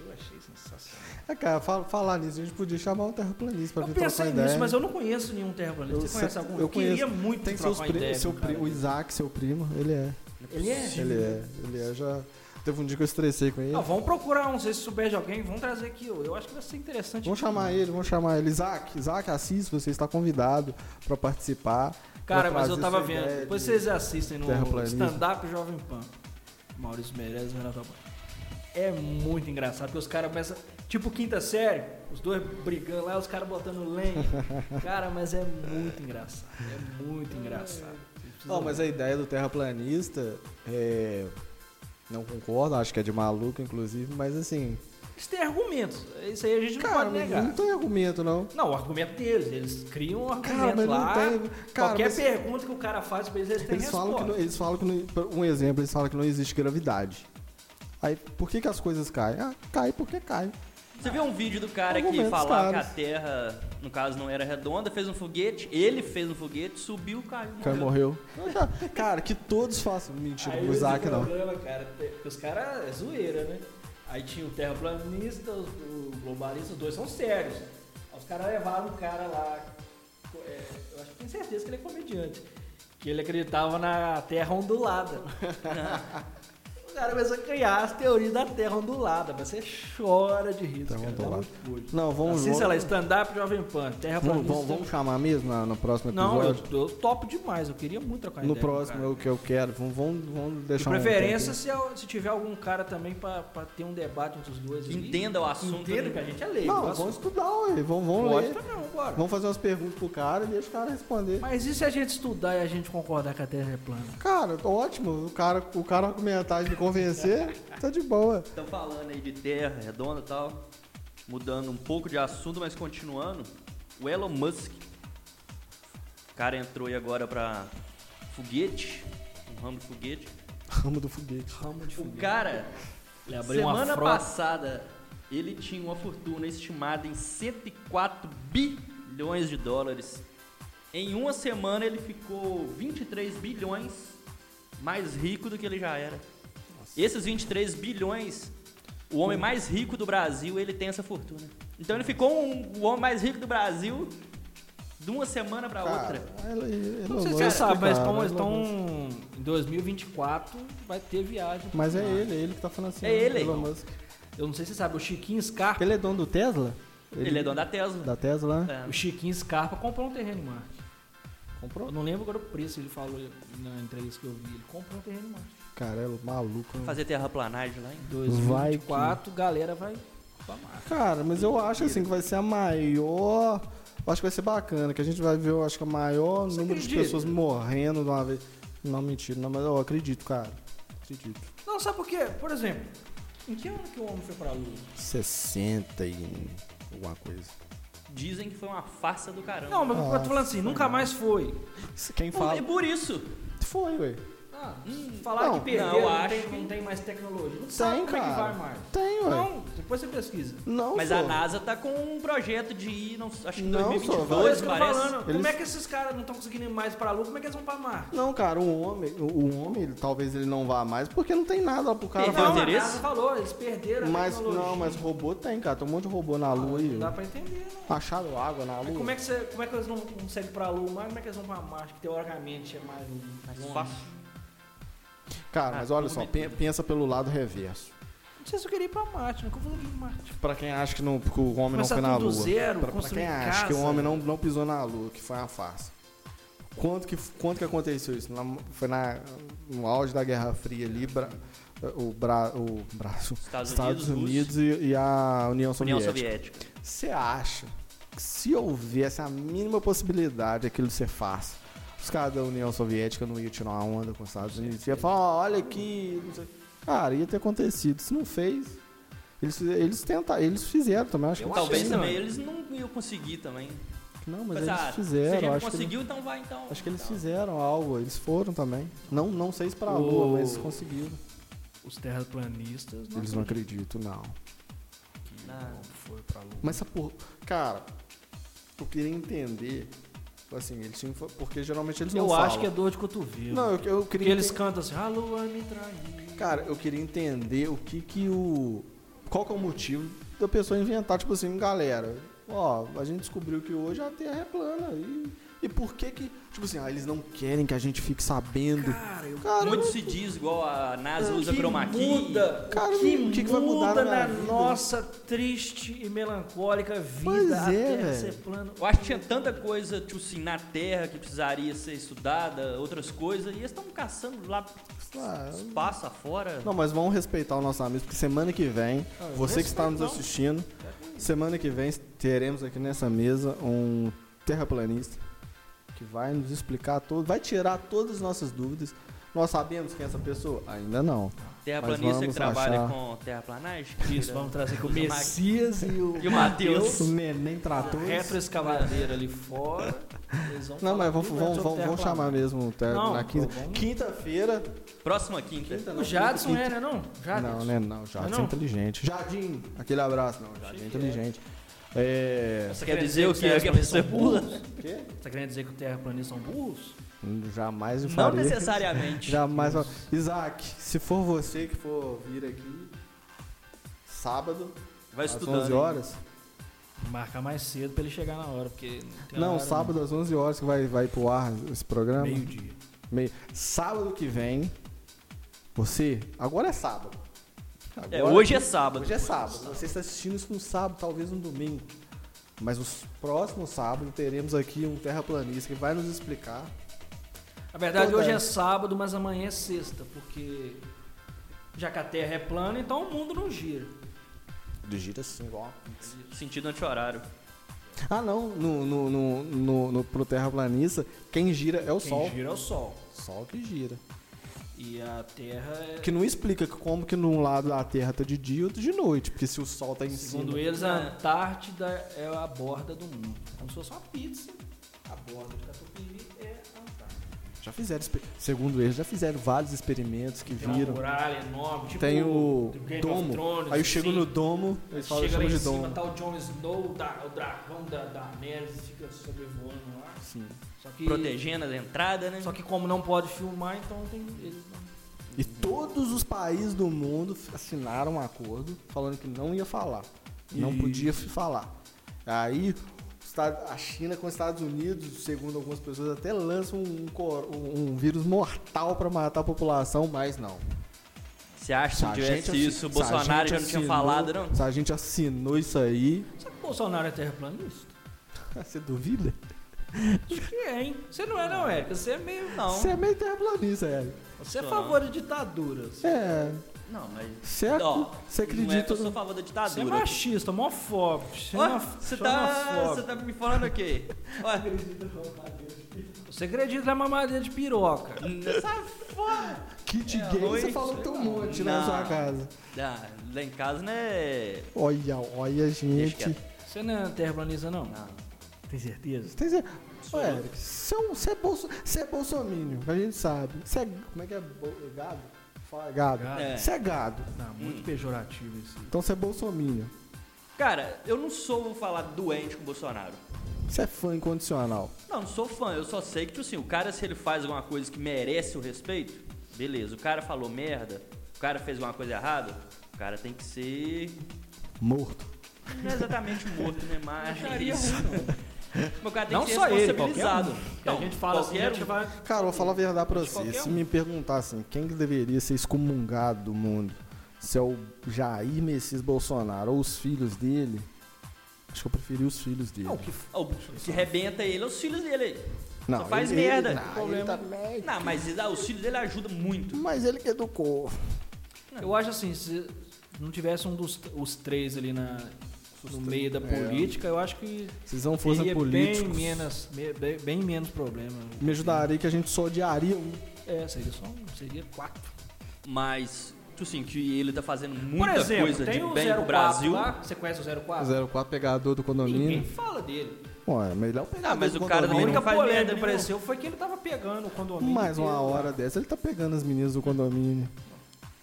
achei sensacional. Ah, cara, fala, falar nisso, a gente podia chamar um terraplanista pra Eu vir trocar pensei ideia. nisso, mas eu não conheço nenhum terraplanista. Eu Você conhece sei- algum? eu queria conheço. muito Tem trocar seus primos, ideia seu com um cara primo, o desse. Isaac, seu primo, ele é. Ele é? Ele é, ele é, já... Teve um dia que eu estressei com ele. Não, vamos procurar um, se vocês souberem de alguém, vamos trazer aqui. Eu, eu acho que vai ser interessante. Vamos chamar ele, vamos chamar ele. Isaac, Isaac Assis, você está convidado para participar. Cara, pra mas eu trazer tava sua vendo. ideia Depois de- vocês assistem no terraplanismo. stand-up Jovem Pan. Maurício Meirelles e Renato Albano. É muito engraçado, porque os caras começam. Tipo quinta série, os dois brigando lá, os caras botando lenha. cara, mas é muito engraçado. É muito engraçado. Vocês precisam Não, mas a ideia do terraplanista é. Não concordo, acho que é de maluco, inclusive, mas assim. ver. Eles têm argumentos. Isso aí a gente não Cara, pode não, negar. não tem argumento, não. Não, o argumento deles. Eles criam um Cara, argumento mas lá. não tem. Cara, Qualquer mas pergunta que o cara faz pra eles, eles têm eles, falam resposta. que não, eles falam que. não- um exemplo, eles falam que não existe gravidade. Aí, por que, que as coisas caem? Ah, cai porque cai. Você viu um vídeo do cara que Argumentos falava que a caros. Terra, no caso, não era redonda, fez um foguete, ele fez um foguete, subiu, caiu, Cai morreu. morreu. Cara, que todos façam. Mentira, Aí o Isaac esse não. programa, cara, te- porque os caras é zoeira, né? Aí tinha o terraplanista, os- o globalista, os dois são sérios. Aí os caras levaram um cara lá, co- é, eu acho que tenho certeza que ele é comediante, que ele acreditava na terra ondulada. o cara começou a criar as teorias da terra ondulada, mas você chora de rir. Terra cara, dá ondulada. muito nojo. Não, vamos. Assista lá, vamos, stand-up Jovem Pan, vamos, terraplanista. vamos- vamos chamar mesmo na- no próximo Não, eu, episódio? eu topo demais, eu queria muito trocar no ideia com o próximo cara. é o que eu quero. Vamos, vamos, vamos De deixar um preferência se, al- se tiver algum cara também pra, pra ter um debate entre os dois. ali. Entenda o assunto, Entenda né? que a gente é tempinho. leigo. o Não, assunto. vamos estudar, ué. Vamos, vamos Pode ler. também, não, bora. Vamos fazer umas perguntas pro cara e deixa o cara responder. Mas e se a gente estudar e a gente concordar que a Terra é plana? Cara, ótimo. O cara, o cara argumentar e me convencer, tá de boa. Estão falando aí de terra redonda e tal. Mudando um pouco de assunto, mas continuando. O Elon Musk. O cara entrou aí agora pra foguete. Um ramo de foguete. Ramo do foguete. Ramo de O foguete. cara, Ele abriu uma semana frota. passada, ele tinha uma fortuna estimada em 104 bilhões de dólares. Em uma semana ele ficou 23 bilhões mais rico do que ele já era. Esses 23 bilhões, o homem Hum. mais rico do Brasil, ele tem essa fortuna. Então ele ficou um- o homem mais rico do Brasil de uma semana pra outra. ela- ela- Não sei se você ela- sabe, mas é cara, estão, ela- estão. Em 2024 vai ter viagem. pro Mas é Marte. ele, é ele que tá falando assim. É ele, Elon irmão. Musk. Eu não sei se você sabe, o Chiquinho Scarpa. Ele é dono do Tesla? Ele, é dono da Tesla. da Tesla, né? É. O Chiquinho Scarpa comprou um terreno em Marte. Eu Comprou? não lembro agora o preço, ele falou na entrevista que eu vi. Ele comprou um terreno em Marte. Cara, é maluco. né? Fazer terraplanagem lá em 2024, galera vai pra Marte. Cara, mas eu acho assim que vai ser a maior. Eu acho que vai ser bacana, que a gente vai ver, eu acho que o maior Você número de acredita? pessoas morrendo de uma vez. Não, mentira, não, mas eu acredito, cara. Acredito. Não, sabe por quê? Por exemplo, em que ano que o homem foi pra lua? 60 e alguma coisa. Dizem que foi uma farsa do caramba. Não, mas eu tô Nossa, falando assim, nunca mais foi. Quem Por, é e fala. por isso. Foi, ué. Ah, falar não, que perdeu, não, não, acho tem, que- não tem mais tecnologia. Não tem, Tem, como é que vai cara. mais. Tem, ué. Não, depois você pesquisa. Não, Mas sou. a NASA tá com um projeto de ir, não, acho que em Não, só 2022, Dois que eu tô parece. falando. Eles- Como é que esses caras não estão conseguindo ir mais pra lua? Como é que eles vão pra Marte? Não, cara, o homem, o, o homem, ele- talvez ele não vá mais porque não tem nada lá pro cara Tem não, o fazer. a endereço? NASA falou, eles perderam a Mas tecnologia. não, mas robô tem, cara. Tem um monte de robô na lua aí. Não dá pra entender, não. Acharam água na Mas lua. como é, que você, como é que eles não conseguem pra lua mais? Como é que eles vão pra Marte? Que teoricamente é mais, mais Mas longe? fácil. Cara, mas Ah, olha tudo só, bem, pe- pensa pelo lado reverso. Não sei se eu queria ir pra Marte, não. que eu vou ir pra Marte? Pra quem acha que, não, que o homem Começar não foi na tá tudo lua. do zero, pra, pra construir quem acha que o casa. homem não, não pisou na lua, que foi uma farsa. Quanto que, quanto que aconteceu isso? Na- foi na, no auge da Guerra Fria ali, Bra- o, Bra, o braço. Estados, Estados Unidos, Unidos, e, e a União União Soviética. Soviética. Você acha que se houvesse a mínima possibilidade aquilo de ser farsa, os caras da União Soviética não iam tirar uma onda com os Estados Unidos? Ia falar, "Ó, olha aqui, não sei. Cara, ia ter acontecido. Se não fez, eles, fiz- eles tentaram, eles fizeram também. Acho Eu que talvez sim, também né? eles não iam conseguir também. Não, mas Mas, eles ah, Você já fizeram. não acho, que eles, conseguiu, então vai então. acho que eles Então. fizeram algo, eles foram também. Não, não sei se pra O- Lua, mas conseguiram. Os terraplanistas não, Eles não acreditam, não. Ah, foi pra Lua. Mas essa porra. Cara, eu queria entender. Assim, eles tinham. Porque geralmente eles não eu falam. acho que é dor de cotovelo. Não, eu, eu Porque queria. eles enten- cantam assim, a lua me traiu. Cara, eu queria entender o que que o. Qual que é o motivo da pessoa inventar, tipo assim, galera, ó, a gente descobriu que hoje a Terra é plana. E, e por que que. Tipo assim, ah, eles não querem que a gente fique sabendo. Cara, eu... Cara, Muito se diz igual a NASA Ah, O usa que chroma key. Muda, Cara, o que, o que que muda vai mudar na na, minha vida? nossa triste e melancólica vida Pois a é, terra velho. ser plana. Eu acho que tinha tanta coisa, tipo assim, na Terra que precisaria ser estudada, outras coisas, e eles estão caçando lá Ah, espaço afora. Não, mas vamos respeitar o nosso amigo, porque semana que vem, Ah, você que está nos respeitão. assistindo, semana que vem teremos aqui nessa mesa um terraplanista que vai nos explicar tudo, vai tirar todas as nossas dúvidas. Nós sabemos quem é essa pessoa? Ainda não. Terraplanista que vamos trabalha achar. com terraplanagem. Isso, tira- vamos trazer aqui o usa máquina. Messias e o, E o Mateus. O neném tratou. retroescavadeira ali fora. Eles vão é. Não, falar mas aqui, vamos, vamos, sobre vamos, vamos terraplanagem. chamar mesmo o Ter Não, na quinta. vamos- Quinta-feira. Próxima quinta. Quinta O não, Jadson quinta- é, né? Não, Jadson. Não, né? Não, Jardim Ah, Não? é inteligente. Jardim, aquele abraço, não. Jardim é inteligente. É. Você quer dizer o que é que você pula? O quê? Você tá querendo dizer que os terraplanistas são burros? Jamais eu Não faria. necessariamente. Jamais. eu- Isaac, se for você que for vir aqui, sábado, Vai às estudando. 11 horas. Marcar mais cedo pra ele chegar na hora, porque... tem Não, horário, sábado é às 11 horas que vai, vai pro ar esse programa. Meio-dia. Meio- Sábado que vem, você. Agora é sábado. É, Agora- hoje é sábado. Hoje é sábado. Você está assistindo isso no sábado, talvez no domingo. Mas os próximos sábados teremos aqui um terraplanista que vai nos explicar. Na verdade, Toda- hoje é sábado, mas amanhã é sexta, porque já que a Terra é plana, então o mundo não gira. De gira assim, igual. Sentido anti-horário. Ah, não. No, no, no, no, no- pro terraplanista, quem gira é o Quem sol. gira é o Sol. Sol que gira. E a Terra é... Que não explica como que num lado da Terra tá de dia e outro de noite. Porque se o sol tá em Segundo cima. eles, a Antártida é a borda do mundo. É Como se fosse uma pizza. A borda de Catupiry é a Antártida. Já fizeram, exper- segundo eles, já fizeram vários experimentos que Tem uma viram. muralha enorme, tipo Tem o Game of domo. Thrones, Aí eu chego assim. no domo, eles falam Chega lá chama em de cima, domo. tá o Jon Snow, da- o dragão da, da neve, fica sobrevoando lá. Sim. Só que, Protegendo as entradas, né? só que como não pode filmar, então tem... Eles não... E todos os países do mundo assinaram um acordo falando que não ia falar. Não E- podia se falar. Aí os Estados- a China com os Estados Unidos, segundo algumas pessoas, até lança um, cor- um- um vírus mortal para matar a população, mas não. Você acha que se tivesse assi- isso, o se a Bolsonaro gente já não tinha assinou- falado, não? Se a gente assinou isso aí, Será que o Bolsonaro é terraplanista? você duvida? Acho que é, hein? Você não é não, Érica. Você é meio... Não. Você é meio terraplanista, é. Você é a Sou favor de ditaduras. É, Não, mas. você é Ó, Não você é que acredita... né? eu sou a no- favor da Você é ditadura. machista, homofóbico. Ó, xenof- Você tá, xenofóbico. você tá me falando o quê? Ó, Você acredita na é mamadeira de piroca. Hum, sai fora. Kit É, gay, oi, você falou que tem um monte na Não. sua casa. Ah, lá em casa, né? Olha, olha, Deixa gente. quieto. Você não é terraplanista, não? Não. Tem certeza? Tem cer- Ô, Eric, você é, um, você, é bolso, você é bolsominion, a gente sabe. Você é. Como é que é? Bo- Gado? Fala gado. Gado. É. Você é gado. Não, Tá muito Hum. pejorativo isso. Então você é bolsominion. Cara, eu não sou, vou falar, doente com o Bolsonaro. Você é fã incondicional. Não, não sou fã, eu só sei que, tipo assim, o cara, se ele faz alguma coisa que merece o respeito, beleza. O cara falou merda, o cara fez alguma coisa errada, o cara tem que ser. Morto. Não é exatamente morto, né? Mas. acharia ruim, Mas o cara tem Não que ser só ele, responsabilizado. qualquer Então, a gente fala assim, a qualquer gente um. vai... Cara, eu vou falar a verdade pra De você. qualquer Se um. me perguntar assim, quem que deveria ser excomungado do mundo? se é o Jair Messias Bolsonaro ou os filhos dele, acho que eu preferi os filhos dele. Não, o que, o que rebenta ele é os filhos dele aí. Não, só faz ele- merda. Ele, não, ele tá médio. Não, mas ah, os filhos dele ajudam muito. Mas ele que educou. Eu acho assim, se não tivesse um dos os três ali na, no meio É. da política, eu acho que Vocês não fossem teria é bem políticos. menos, me- bem, bem menos problema. Me ajudaria que a gente só odiaria um. É, seria só um, seria quatro. Mas, tipo assim, que ele tá fazendo muita Por exemplo, coisa de tem o bem pro 04 Brasil. lá, você conhece o 04? 04 pegador do Ninguém condomínio. fala dele. Ué, mas ele é o pegador Ah, mas do o cara A também condomínio. única faz polêmica merda que nenhuma. apareceu foi que ele tava pegando o condomínio. Mais uma inteiro, hora dessa, ele tá pegando as meninas do condomínio.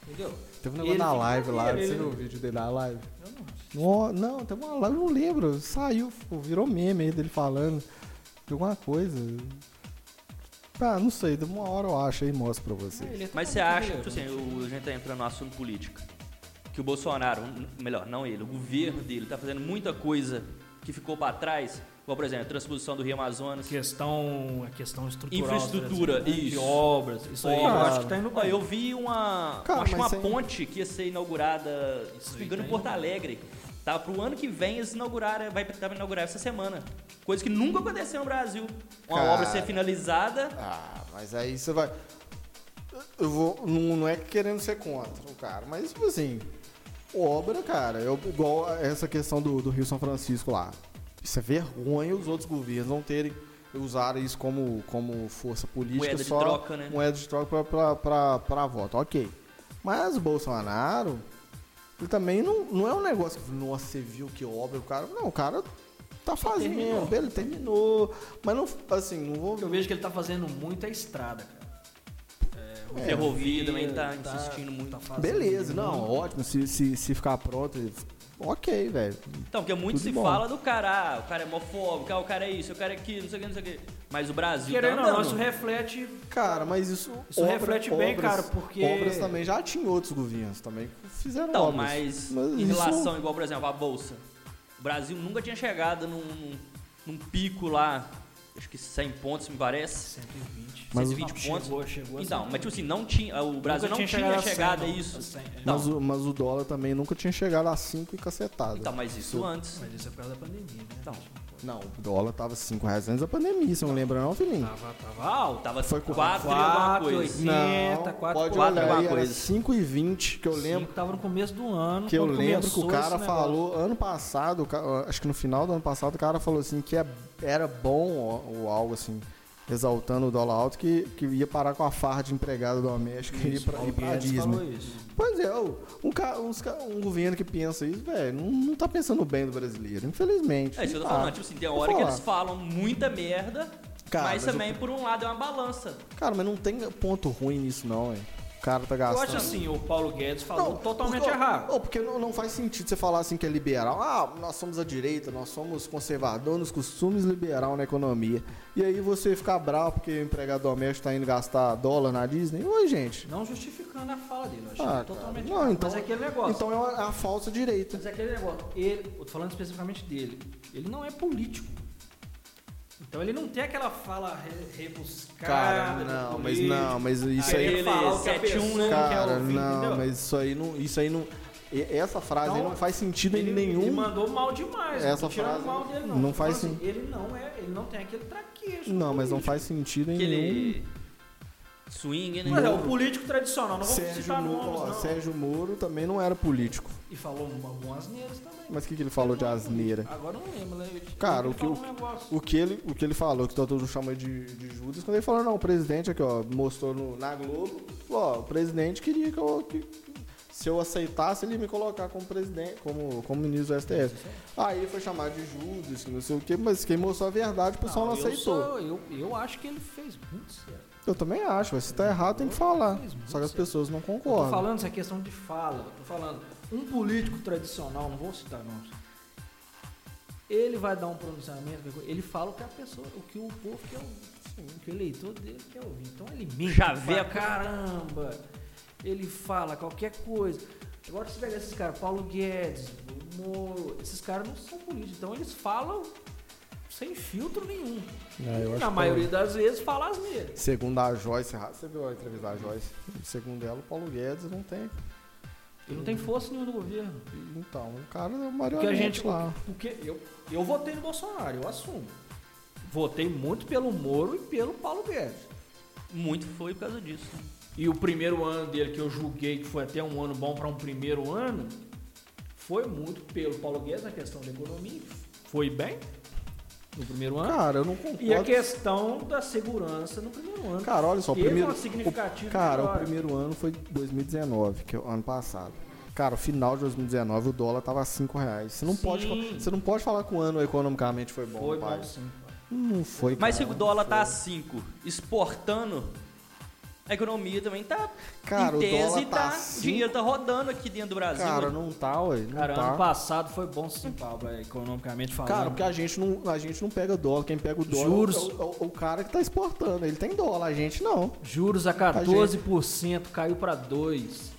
Entendeu? Teve um Ele negócio na fica live lá, ele- você viu o vídeo dele na live? Eu não- Ó, não, teve uma live, eu não lembro. Saiu, pô, virou meme aí dele falando de alguma coisa. Ah, não sei, de uma hora eu acho aí mostro pra você. Ele é Mas totalmente você acha, irrelevante. tipo assim, o, a gente tá entrando no assunto política, que o Bolsonaro, n- melhor, não ele, o governo dele tá fazendo muita coisa que ficou pra trás, como por exemplo, a transposição do Rio Amazonas. questão, a questão estrutural. Infraestrutura, né, De isso. obras, isso aí eu Obras. acho que tá indo Ó, bem. eu vi uma, Cara, acho que uma mas sem- ponte que ia ser inaugurada, se não aí me engano, tá em Porto indo. Alegre. Tá pro ano que vem eles inaugurarem, vai tá pra inaugurar essa semana. Coisa que nunca aconteceu no Brasil. Uma Cara. obra ser finalizada. Ah, mas aí você vai. Eu vou. Não, não é querendo ser contra o cara, mas tipo assim. Obra, cara, eu, igual essa questão do, do Rio São Francisco lá. Isso é vergonha os outros governos não terem usado isso como, como força política. Moeda de só troca, né? Moeda de troca pra, pra, pra, pra voto, ok. Mas o Bolsonaro, ele também não, não é um negócio que, nossa, você viu que obra, o cara. Não, o cara tá fazendo, terminou. beleza, ele terminou. Mas não, assim, não vou. O que eu vejo que ele tá fazendo muita estrada, cara. É, ferrovia também tá insistindo muito. fazendo Beleza, muito. não, ótimo. Se, se, se ficar pronto, ok, velho. Então, porque muito Tudo se bom. fala do cara, ah, o cara é homofóbico, ah, o cara é isso, o cara é aquilo, não sei o que, não sei o que. Mas o Brasil Querendo tá ou não, andando. isso reflete. Cara, mas isso. Isso reflete bem, cara, porque- Obras também já tinha outros governos também que é fizeram Então, obras. mas, em isso- relação, igual, por exemplo, a Bolsa. O Brasil nunca tinha chegado num, num- num pico lá, acho que 100 pontos, me parece. 120. Mas 120 pontos. Chegou, chegou a Então, 100. mas tipo assim, não tinha, o Brasil Nunca não tinha chegado a cem, não. isso. cem, é. Não. Mas, o, mas o dólar também nunca tinha chegado a 5 e cacetada. Então, mas isso antes. Mas isso é por causa da pandemia, né? Então. Não, o dólar tava 5 reais antes da pandemia, você não lembra não, filhinho? Tava, tava Uau, tava Foi 4 com- e alguma coisa. 4,80, 4,80. pode quatro, olhar aí, alguma era coisa. assim. 5 e 20 que eu lembro. Cinco, assim, tava no começo do ano. Que eu quando lembro que o começou cara esse negócio. falou ano passado, o ca- acho que no final do ano passado, o cara falou assim que é- era bom ou, ou algo assim, exaltando o dólar alto, que, que ia parar com a farra de empregado doméstico e ir pra, ir Paulo pra Guedes falou Disney. isso. Pois é, o- um, ca- uns ca- um governo que pensa isso, velho, não, não tá pensando bem do brasileiro, infelizmente. É isso que eu tô Não tá. falando, tipo assim, tem Vou hora que falar. eles falam muita merda, Cara, mas, mas também, por um lado, é uma balança. Cara, mas não tem ponto ruim nisso não, velho. O cara tá Eu gastando. acho assim, o Paulo Guedes falou Não, totalmente porque, errado. Não, porque não, não faz sentido você falar assim que é liberal. Ah, nós somos a direita, nós somos conservador nos costumes, liberal na economia. E aí você ficar bravo porque o empregado doméstico tá indo gastar dólar na Disney. Oi, gente. Não justificando a fala dele, eu achei Ah, totalmente cara, não, errado. então- Mas é aquele negócio. Então é uma- a falsa direita. Mas é aquele negócio, ele, eu tô falando especificamente dele, ele não é político. Então ele não tem aquela fala re- rebuscada. do político. mas é isso aí- é Aquele falar o que a 7-1, né? pessoa- quer um, Cara, ouvir, não, entendeu? mas isso aí não. Isso aí não. e- Essa frase aí Então, não faz sentido ele, em ele nenhum. mandou mal demais, Essa não tô tirando frase mal dele não. não Tô faz falando assim, Ele não é, ele não tem aquele traquejo. Não, mas não político. faz sentido em nenhum. Aquele swing, né? Mas é o político tradicional, não vou Sérgio citar Moro, nomes, ó, não. Sérgio Moro também não era político. E falou algumas neiras também. Mas o que, que ele falou de asneira? Agora eu não lembro, né? Eu- é. Cara, ele o que falou eu- um negócio. O que ele, o que ele falou, que todo mundo chama de, de Judas, quando ele falou, não, o presidente aqui, ó, mostrou no- na Globo, falou, ó, o presidente queria que eu. que- se eu aceitasse, ele ia me colocar como presidente, como, como ministro do STF. Aí ele foi chamado de Judas, que não sei o quê, mas quem mostrou a verdade, o pessoal não, eu aceitou. sou- eu, eu acho que ele fez muito certo. Eu também acho, mas se tá errado, tem que falar. Só que as pessoas não Eu tô concordam. falando, isso é questão de fala. Eu tô falando, um político tradicional, não vou citar nomes, ele vai dar um pronunciamento, qualquer coisa, ele fala o que a pessoa, o que o povo quer ouvir, o que o eleitor dele quer ouvir. Então ele mente pra Chaveco. caramba. Ele fala qualquer coisa. Agora você pega esses caras, Paulo Guedes, Moro, esses caras não são políticos, então eles falam sem filtro nenhum. É, eu acho Na que- maioria das vezes fala as neiras. Segundo a Joyce, você viu a entrevista da Joyce? Segundo ela, o Paulo Guedes não tem. Ele não tem força nenhuma do governo. Então, o cara é um Porque marionete a gente. lá. Porque eu, eu votei no Bolsonaro, eu assumo. Votei muito pelo Moro e pelo Paulo Guedes. Muito foi por causa disso. E o primeiro ano dele, que eu julguei que foi até um ano bom para um primeiro ano, foi muito pelo Paulo Guedes na questão da economia. Foi bem no primeiro ano. Cara, eu não concordo. e a questão é da segurança no primeiro ano. Cara, olha só, o Teve primeiro. uma significativa o- cara, o melhora. primeiro ano foi 2019, que é o ano passado. Cara, o final de 2019 o dólar tava 5 reais. Você não, Sim. pode, fa- você não pode falar que o ano economicamente foi bom, foi pai. bom sim. Não foi, Mas se cara, o não dólar tá a foi. 5, exportando, a economia também tá. Cara, em o tese, dólar tá tá. cinco. dinheiro tá rodando aqui dentro do Brasil. né? Cara, não tá, ué. Não Cara, tá. ano passado foi bom sim, Pablo, é, economicamente falando. Cara, porque a gente, não, a gente não pega dólar. Quem pega o dólar é o- Juros. é o, é o cara que tá exportando. Ele tem dólar, a gente não. Juros a Tá, 14%, caiu para 2%.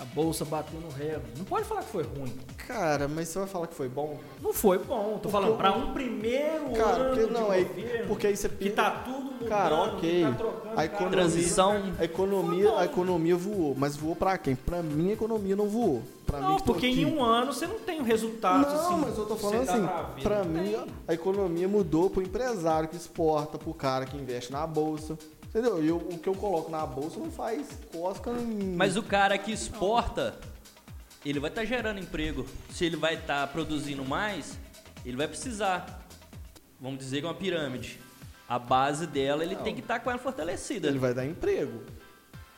A bolsa bateu no recorde. Não pode falar que foi ruim. Cara, mas você vai falar que foi bom? Não foi bom. Tô falando, eu- para um primeiro Cara, ano porque de não, é, governo, porque aí você que pe- tá tudo mudando, Cara, ok. que tá trocando A cara. economia- Transição. A Foi economia, bom. a economia voou, mas voou pra quem? Pra mim a economia não voou. Pra mim Não, que tô porque aqui. em um ano você não tem o resultado. Não, assim, mas eu tô que falando você tá dá assim, ver, pra não mim tem. a economia mudou pro empresário que exporta, pro cara que investe na bolsa. Entendeu? E eu- o que eu coloco na bolsa não faz cosca em... Mas o cara que exporta, ele vai estar gerando emprego. Se ele vai estar produzindo mais, ele vai precisar. Vamos dizer que é uma pirâmide. A base dela, ele Não. tem que estar com ela fortalecida. ele vai dar emprego.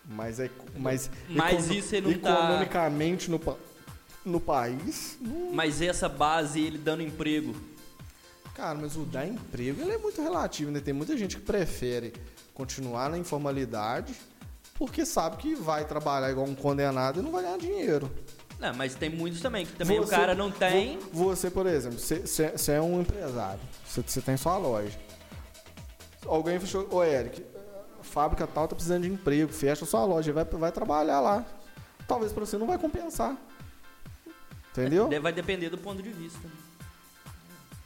Mas é mas, Mas isso ele não tá- economicamente no pa- no país, não- Mas essa base, ele dando emprego. Cara, mas o dar emprego ele é muito relativo, né? Tem muita gente que prefere continuar na informalidade porque sabe que vai trabalhar igual um condenado e não vai ganhar dinheiro. Não, mas tem muitos também, que também o Você- cara não tem. vo- Você, por exemplo, você é um empresário, você tem sua loja. Alguém fechou, ô Eric, a fábrica tal tá precisando de emprego, fecha sua loja, vai, vai trabalhar lá. Talvez pra você não vai compensar. Entendeu? É, de- Vai depender do ponto de vista.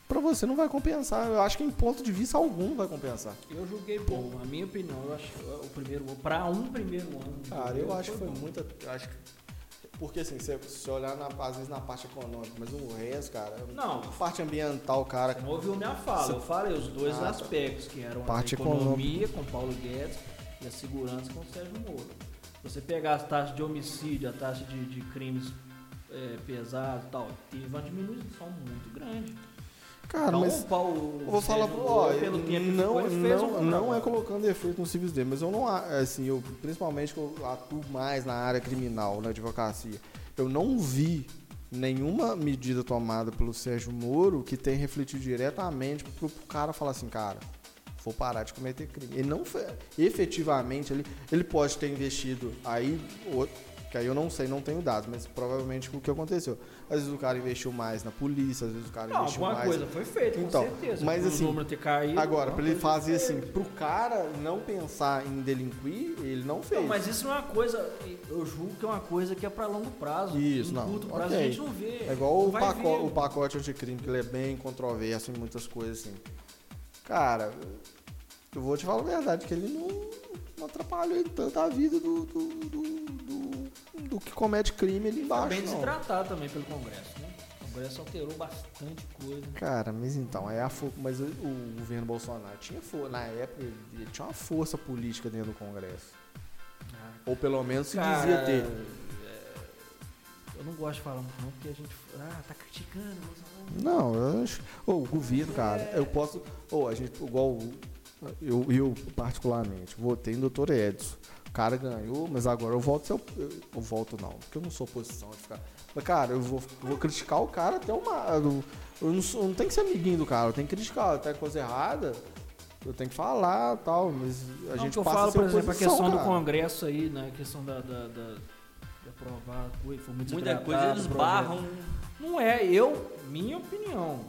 Pra você não vai compensar. Eu acho que em ponto de vista algum vai compensar. Eu julguei bom, a minha opinião, eu acho o primeiro para um primeiro ano. de Cara, governo eu acho que foi bom. muita. eu acho que- Porque assim, se você olhar na- às vezes na parte econômica, mas o resto, cara. Não. A parte ambiental, cara. Você não ouviu minha fala, eu falei os dois Ah, aspectos, que eram Parte a economia com Paulo Guedes e a segurança com o Sérgio Moro. Se você pegar as taxas de homicídio, a taxa de, de crimes é, pesados e tal, teve uma diminuição muito grande. Cara, então, Ah, mas. o Paulo, Eu vou falar, pro- ó, Moro, pelo tempo que ficou, não, ele fez um não, bom não é trabalho. colocando defeito no serviço dele, mas eu não, a- assim, eu, principalmente que eu atuo mais na área criminal, na advocacia, eu não vi nenhuma medida tomada pelo Sérgio Moro que tenha refletido diretamente pro, pro cara falar assim, cara, vou parar de cometer crime. Ele não fe- efetivamente, ele, ele pode ter investido aí, o- que aí eu não sei, não tenho dados, mas provavelmente o que aconteceu. Às vezes o cara investiu mais na polícia, às vezes o cara Não, investiu alguma mais coisa foi feita, Então, com certeza. mas pro assim, número ter caído, Agora, alguma pra ele coisa foi fazer assim, feita. pro cara não pensar em delinquir, ele não fez. Não, mas isso não é uma coisa, eu julgo que é uma coisa que é pra longo prazo. Isso, em não. curto prazo Ok. a gente não vê. É igual não o, vai paco ver. o pacote anticrime, que ele é bem controverso em muitas coisas, assim. Cara, eu vou te falar a verdade, que ele não, não atrapalhou em tanto a vida do, do, do, do- do que comete crime ali Tá embaixo, bem não. destratado também pelo Congresso, né? O Congresso alterou bastante coisa. Cara, mas então, é a fo- mas o, o governo Bolsonaro tinha força, na época ele, ele tinha uma força política dentro do Congresso. Ou pelo menos Ah, se dizia ter. é, Eu não gosto de falar muito, não, porque a gente. Ah, tá criticando. o Bolsonaro. Não, eu acho. Ô, o governo, cara, eu posso. Ou a gente, igual. o- Eu, eu, particularmente, votei no Dr. Edson. O cara ganhou, mas agora eu volto. Eu, eu, eu volto, não, porque eu não sou oposição de ficar. Mas, cara, eu vou, eu vou criticar o cara até uma. Eu, eu não, sou- eu não tenho que ser amiguinho do cara, eu tenho que criticar. Até coisa errada, eu tenho que falar tal, mas a Não, gente que eu passa falo, a ser por exemplo, a oposição, questão do cara. Congresso aí, né? A questão da. da, da de aprovar coisa, foi muito Muita desatado, coisa eles é projeto. barram. Não é, eu, minha opinião.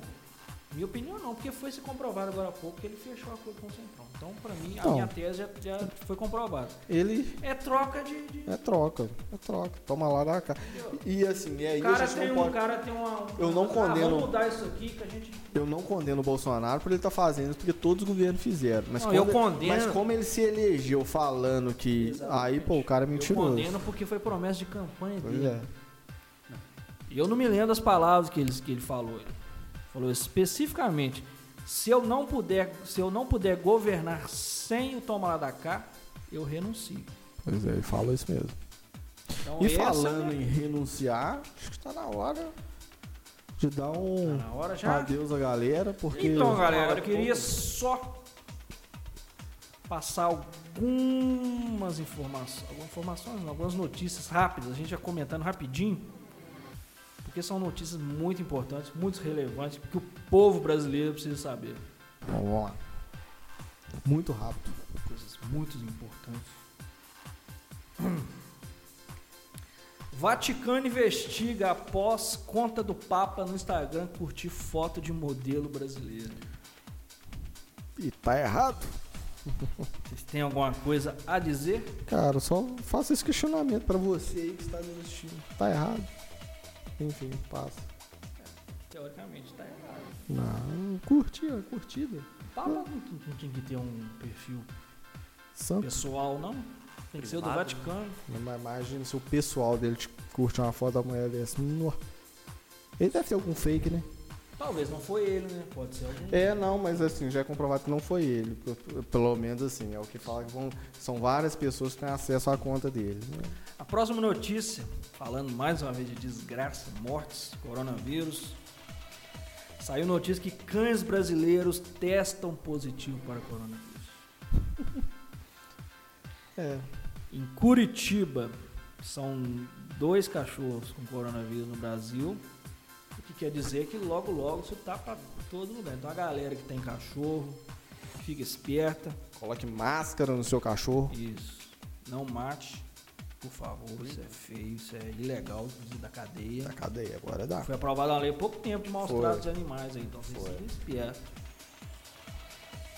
Minha opinião não, porque foi se comprovado agora há pouco que ele fechou a coisa com o Centrão. Então, pra mim, a Então. minha tese já, já foi comprovada. Ele É troca de. de- é troca, é troca. Toma lá da cara. E e, assim, é O isso. cara a gente tem não um pode... cara tem uma. um- Eu não ah, condeno- Vamos mudar isso aqui que a gente. Eu não condeno o Bolsonaro por ele estar fazendo isso, porque todos os governos fizeram. Mas, Não, como, eu condeno. mas como ele se elegeu falando que. Exatamente. Aí, pô, o cara é Eu mentiroso. condeno porque foi promessa de campanha Pois dele. é. E eu não me lembro das palavras que ele, que ele falou. Ele falou especificamente: se eu não puder, se eu não puder governar sem o toma lá da cá, eu renuncio. Pois é, ele falou isso mesmo. Então, E essa, falando né, em renunciar, acho que tá na hora de dar um tá na hora já. adeus à galera, porque Então, galera, hora eu e queria pouco. só passar algumas informações, algumas informações, não, algumas notícias rápidas, a gente vai comentando rapidinho, porque são notícias muito importantes, muito relevantes, que o povo brasileiro precisa saber. Bom, vamos lá. Muito rápido. Coisas muito importantes. Vaticano investiga após conta do Papa no Instagram curtir foto de modelo brasileiro. E tá errado? Vocês têm alguma coisa a dizer? Cara, só faço esse questionamento pra você aí que está me assistindo. Tá errado? Enfim, passa. Teoricamente tá errado. Não, curtida, curtida. Papa não, não tinha que ter um perfil Santo. pessoal, não. Tem que ser o do Privado, Vaticano. Mas Imagina se o pessoal dele te curte uma foto da mulher dessa. Nó. Ele deve ter algum fake, né? Talvez não foi ele, né? Pode ser algum. É, não, mas assim, já é comprovado que não foi ele. P- p- Pelo menos assim, é o que fala que vão- são várias pessoas que têm acesso à conta dele. né? A próxima notícia, falando mais uma vez de desgraça, mortes, coronavírus. Saiu notícia que cães brasileiros testam positivo para coronavírus. É. Em Curitiba, são dois cachorros com coronavírus no Brasil. O que quer dizer que logo, logo isso tá para todo lugar. Então a galera que tem cachorro, fica esperta. Coloque máscara no seu cachorro. Isso. Não mate, por favor. Isso é feio, isso é ilegal, inclusive da cadeia. Na cadeia, agora dá. Foi aprovada uma lei há pouco tempo de maus Foi. tratos de animais aí. Então vocês Foi. sejam espertos.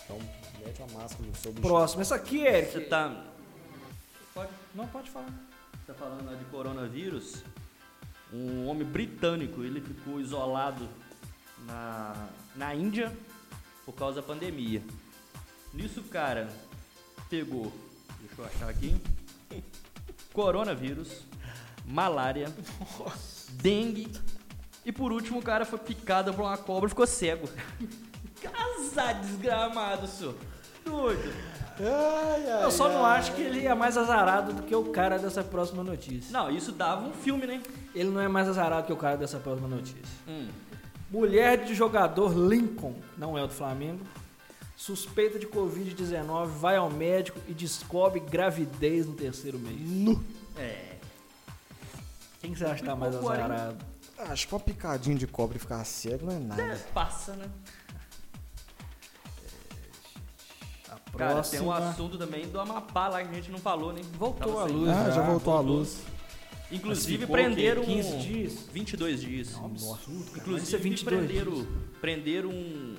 Então, mete uma máscara no seu bicho. Próximo. Essa aqui, Você Eric. tá, Pode- Não, pode falar. tá falando lá de coronavírus? Um homem britânico, ele ficou isolado na, na Índia por causa da pandemia. Nisso o cara pegou, deixa eu achar aqui, coronavírus, malária, dengue e por último o cara foi picado por uma cobra e ficou cego. Casa desgramado, senhor. Doido. Ai, ai, Eu só não ai. acho que ele é mais azarado do que o cara dessa próxima notícia. Não, isso dava um filme, né? Ele não é mais azarado que o cara dessa próxima notícia. Mulher de jogador Lincoln, não é o do Flamengo, suspeita de Covid-19, vai ao médico e descobre gravidez no terceiro mês. Nu. É. Quem você acha que tá mais Muito bom, hein? azarado? Acho que uma picadinha de cobre e ficar cego não é nada. Passa, né? A Cara, tem um próxima. assunto também do Amapá lá que a gente não falou, né? Voltou Tava a sem- luz. Ah, já já voltou a luz. Inclusive Mas ficou prenderam. o quê? 15 um- dias? 22 dias. É um absurdo, cara. Mas isso Inclusive é 22 prenderam, dias. prenderam um,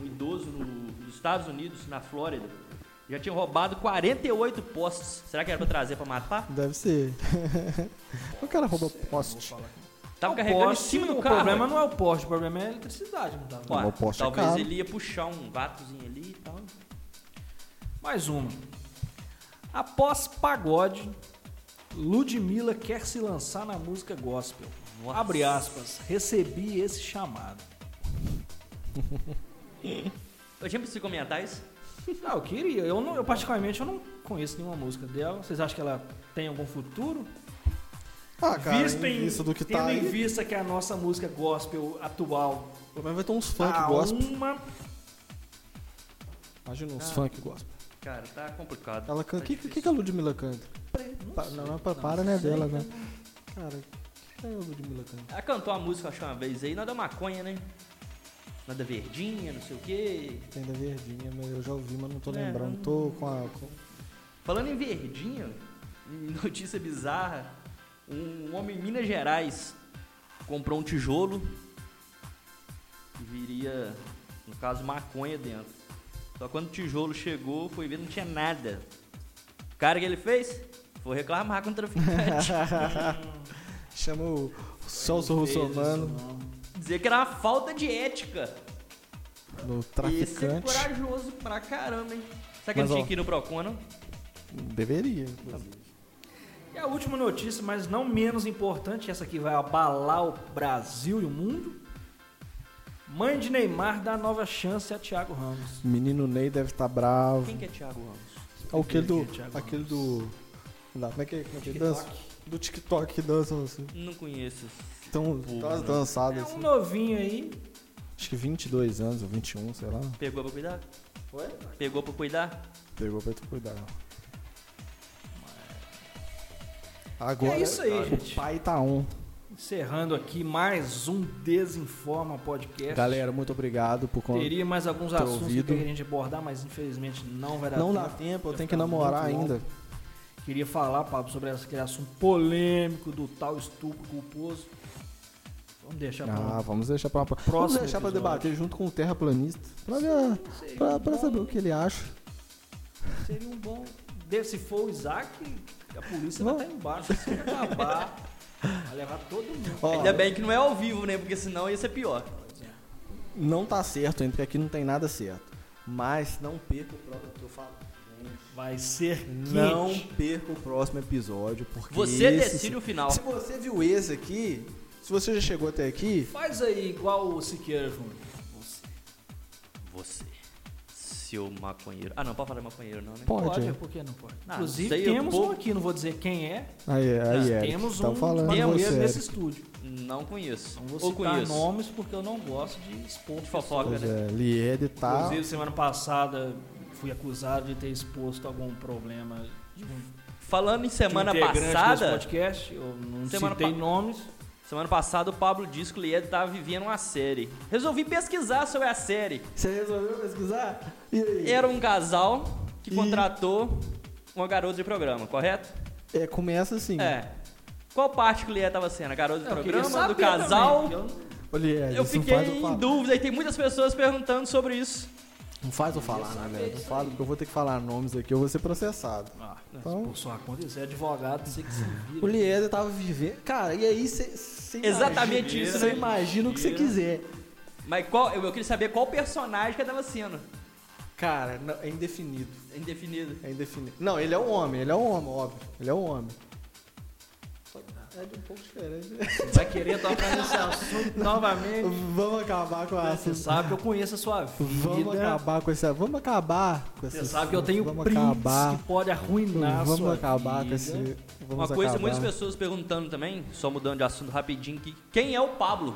um idoso no- nos Estados Unidos, na Flórida. Já tinha roubado 48 postes. Será que era pra trazer pra matar? Deve ser. o cara roubou poste. Tava O Tá carregando poste, em cima do o carro. problema não é o poste, o problema é a eletricidade, não tá? Ó, Mas o poste é talvez caro. ele ia puxar um vatozinho ali e tal. Mais uma. Após pagode, Ludmilla quer se lançar na música gospel. Nossa. Abre aspas, recebi esse chamado. Eu tinha preciso comentar isso? Não, eu queria. Eu, não, eu particularmente eu não conheço nenhuma música dela. Vocês acham que ela tem algum futuro? Ah, cara, Visto em- isso do que tendo tá em aí. vista que é a nossa música gospel atual Pelo menos vai ter uns funk Ah, tá gospel. uma... Imagina uns um- Ah. funk gospel. Cara, tá complicado. Ela tá canta. O que, que, difícil. que a Ludmilla canta? Pa- sei, não, não, pa- para, né, sei dela, né? também. Cara, o que, que é a Ludmilla canta? Ela cantou a música, eu acho, uma vez aí, nada maconha, né? Nada verdinha, não sei o quê. Tem da Verdinha, mas eu já ouvi, mas não tô É, lembrando. não- Tô com a. com- Falando em verdinha, em notícia bizarra, um homem em Minas Gerais comprou um tijolo e viria, no caso, maconha dentro. Só quando o tijolo chegou, foi ver, não tinha nada. O cara que ele fez? Foi reclamar com o traficante. Chama o o Celso Não fez Russomano isso, não. Dizer que era uma falta de ética. no Esse é traficante. corajoso pra caramba, hein? Será que Mas, ele ó, tinha que ir no Procon, não? Deveria, inclusive. E a última notícia, mas não menos importante, essa aqui vai abalar o Brasil e o mundo. Mãe de Neymar dá nova chance a Thiago Ramos. Menino Ney deve estar bravo. Quem que é Thiago Ramos? Ah, aquele do. Quem que é Thiago Aquele do. Não, como é que é? Como é que ele dança? TikTok. Do TikTok que dançam assim. Não conheço. Tão, Pô, tão né? dançadas É um assim. novinho aí. Acho que 22 anos ou 21, sei lá. Pegou pra cuidar? Foi? Pegou pra cuidar? Pegou pra tu cuidar. Agora é isso aí, o gente. pai tá on. Encerrando aqui mais um Desinforma Podcast. Galera, muito obrigado por conta. Teria mais alguns Teu assuntos que ouvido. eu queria a gente abordar, mas infelizmente não vai dar Não dá tempo. tempo, eu Vai tenho que ficar namorar muito longo. ainda. Queria falar, Pablo, sobre essa- aquele assunto polêmico do tal estupro culposo. Vamos deixar pra Ah, lá. vamos deixar pra uma próxima. Vamos Próximo deixar pra episódio. debater junto com o terraplanista. Pra, ver, Seria pra, um pra bom- saber o que ele acha. Ah. Seria um bom. de- Se for o Isaac, a polícia Não. vai estar embaixo. Se acabar, vai levar todo mundo. Ó, Ainda bem que não é ao vivo, né? Porque senão ia ser pior. não tá certo ainda, porque aqui não tem nada certo. Mas não perca o próximo que eu falo. Vai ser quente. Não perca o próximo episódio, porque Você esse- decide o final. Se você viu esse aqui, se você já chegou até aqui, Faz aí igual o Siqueira Júnior. Você. Você. Seu maconheiro. Ah, não, pode falar maconheiro, não, né? Pode, é. é, por que não pode? Ah, Inclusive, sei, eu temos vou- um aqui, não vou dizer quem é. Aí, aí, Eric, temos tão um falando maconheiro você, Eric. nesse estúdio. Não conheço. Não vou Ou citar conheço. nomes porque eu não gosto de expor De fofoca, pessoas. Pois é, Liede tá. Inclusive, semana passada fui acusado de ter exposto algum problema de um Falando em de um semana integrante desse passada. podcast. Eu não Semana citei pa- nomes. Semana passada o Pablo disse que o Lied tava vivendo uma série. Resolvi pesquisar sobre a série. Você resolveu pesquisar? E aí? Era um casal que E- contratou uma garota de programa, correto? É, começa assim. É. Qual parte que o Lied tava sendo? A garota de Eu queria programa, saber do casal? também, porque Ô, Liede, Eu É, isso não faz fiquei eu em falar. dúvida e tem muitas pessoas perguntando sobre isso. Não faz eu falar, né, velho? Não falo, porque eu vou ter que falar nomes aqui, eu vou ser processado. eu não- Ah, Então- por sua conta, você é advogado, você que se vira. O Liede tava vivendo. Cara, e aí você. Exatamente isso, Você né? imagina o que você quiser. Mas qual, eu, eu queria saber qual personagem que ela tava sendo. Cara, não, é indefinido. Indefinido. É indefinido. Não, ele é um homem, ele é um homem, óbvio. Ele é um homem. É de um pouco diferente. né? Vai querer tocar nesse assunto novamente. Vamos acabar com a Você sabe que eu conheço a sua vida. Vamos acabar com essa. Vamos acabar com essa. Você sabe que eu tenho Vamos prints acabar. que pode arruinar a Vamos sua acabar com vida. esse. Vamos Uma coisa, acabar. muitas pessoas perguntando também, só mudando de assunto rapidinho, que quem é o Pablo?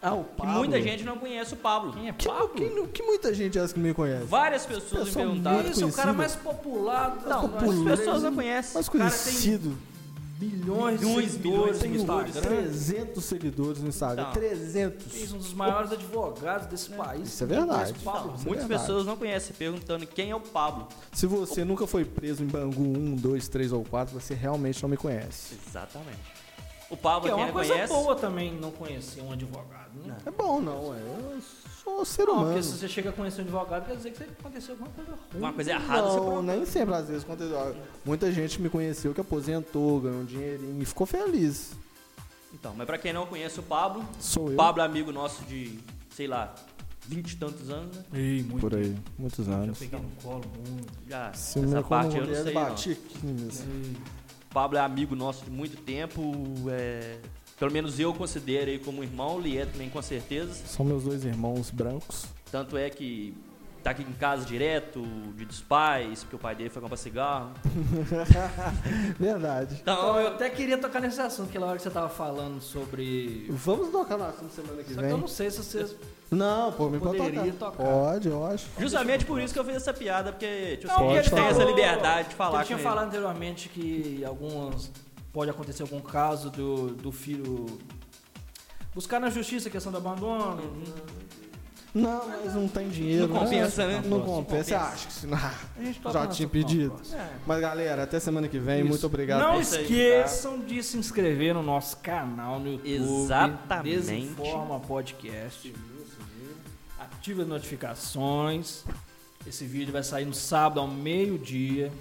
Ah, o Que Pablo. muita gente não conhece o Pablo. Quem é Que, Pablo? que, não- que muita gente acha que não me conhece. Várias pessoas me Pessoal perguntaram. muito Isso, o cara conhecido. mais popular. das Não, nossas popular. as redes. pessoas não conhecem. Mas O cara tem conhecido. Bilhões, de Milhões, seguidores milhões no de Instagram. Tá. 300 seguidores no Instagram. Então. 300. Fez um dos maiores advogados desse país. Isso é verdade. Depois, Pablo, Isso é Muitas verdade. pessoas não conhecem, perguntando quem é o Pablo. Se você nunca foi preso em Bangu 1, 2, 3 ou 4, você realmente não me conhece. Exatamente. O Pablo, que é quem uma não coisa conhece, boa também não conhecer um advogado, né? É bom, não, é. Eu sou um ser Não, humano. porque se você chega a conhecer um advogado, quer dizer que você aconteceu alguma coisa ruim. uma coisa errada. você Não, né? pergunta. nem sempre, às vezes aconteceu. Ah, Muita gente me conheceu que aposentou, ganhou um dinheirinho e ficou feliz. Então, mas pra quem não conhece o Pablo, Sou eu. Pablo é amigo nosso de, sei lá, vinte e tantos anos, né? Ei, muito. Por aí, muitos Já anos. peguei no colo muito. Já, Se é essa meu parte eu não sei, não. bati aqui mesmo. Pablo é amigo nosso de muito tempo, é, pelo menos eu considero ele como irmão, o Liet também com certeza. São meus dois irmãos brancos. Tanto é que tá aqui em casa direto, de dos pais, porque o pai dele foi comprar cigarro. Verdade. Então, Então, eu até queria tocar nesse assunto, aquela hora que você tava falando sobre. Vamos tocar no assunto semana que Só que eu vem. não sei se vocês. Não, pô, me pode Poderia tocar. tocar. Pode, eu acho. justamente por isso que eu fiz essa piada, porque tipo, Não, assim, porque a gente ele tem essa falou- liberdade de falar eu com tinha ele. falado anteriormente que algumas. Pode acontecer algum caso do, do filho. Buscar na justiça a questão do abandono. Uhum. Não, mas não tem dinheiro. Não compensa, né? Não Não compensa. Você compensa. acha que se não. A gente toca Já no tinha assunto, não, pedido. próximo. É. Mas galera, até semana que vem. Isso. Muito obrigado. Não É isso aí, esqueçam de se inscrever no nosso canal no YouTube. Exatamente. Desinforma Podcast. Ative as notificações. Esse vídeo vai sair no sábado ao meio-dia.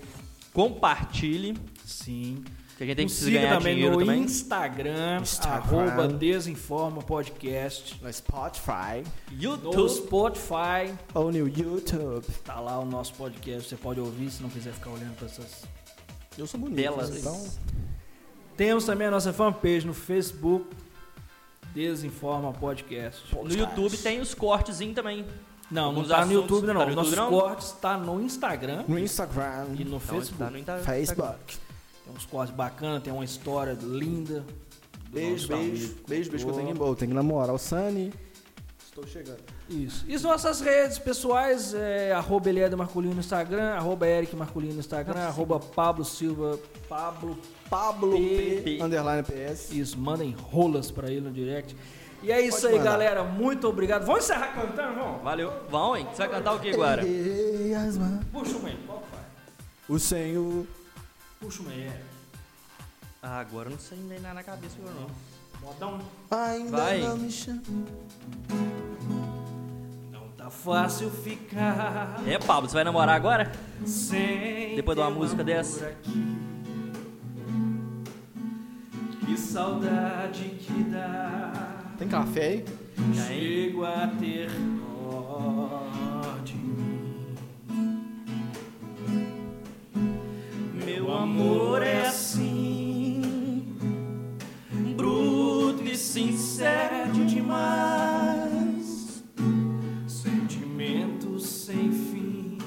Compartilhe, Sim. que a gente tem Nos que siga ganhar dinheiro no também. Instagram, Instagram. arroba Desinforma Podcast. No Spotify No YouTube, Spotify, ou no YouTube. tá lá o nosso podcast, você pode ouvir se não quiser ficar olhando para essas Eu sou bonito. né? telas. Então, Temos também a nossa fanpage no Facebook, Desinforma Podcast. No YouTube tem os cortezinhos também. Não, não Alguns tá no assuntos- YouTube, não. tá no YouTube, Nossos não? cortes tá no Instagram No Instagram, e no Então, Facebook. tá no Insta- Facebook. Tem uns cortes bacanas, tem uma história linda. do Beijo, nosso beijo, amigo. beijo, beijo que eu tenho que Boa. ir embora. Eu tenho que namorar o Sunny. Estou chegando. Isso. E as nossas redes pessoais, é arroba Eliade Marcolino no Instagram, arroba Eric Marcolino no Instagram, arroba Pablo Silva, Pablo, Pablo P, P. underline PS. isso, mandem rolas pra ele no direct. E é isso Pode aí, mandar. galera, muito obrigado. Vamos encerrar cantando, vamos? Valeu. Vão, hein? Você vai cantar o que agora? Erguei as mãos. Puxa uma aí, qual que faz? O Senhor. Puxa é. uma aí, Eric. Ah, agora eu não sei nem nada na cabeça agora não. Modão. Ainda Vai. não me chama. Não tá fácil ficar É, Pablo, você vai namorar agora? sem Depois de uma teu música amor dessa. aqui. Que saudade que dá. Tem café aí? Chego a ter dó de mim. Meu amor é assim, bruto e sincero demais. Sentimento sem fim.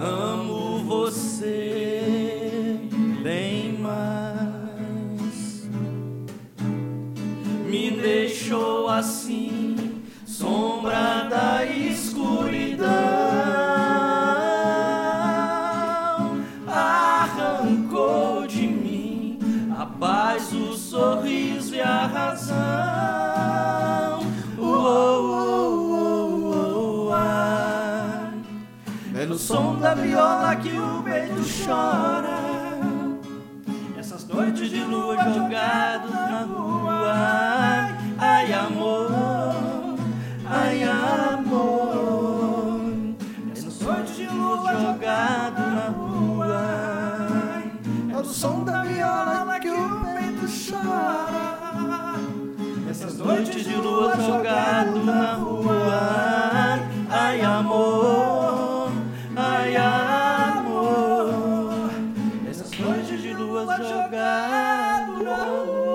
Amo você bem mais. Me deixou assim, sombra da escuridão. Arrancou de mim a paz, o sorriso e a razão. Uou, uou, uou, ah. É no som da viola que o peito chora. Essas noites de lua jogado na rua Ai, ai amor, ai amor Essas noites de lua jogado na rua Ai, É o som da viola que o peito chora. Essas noites de lua jogado na rua Ai, ai amor, ai amor Essas noites de lua jogado na rua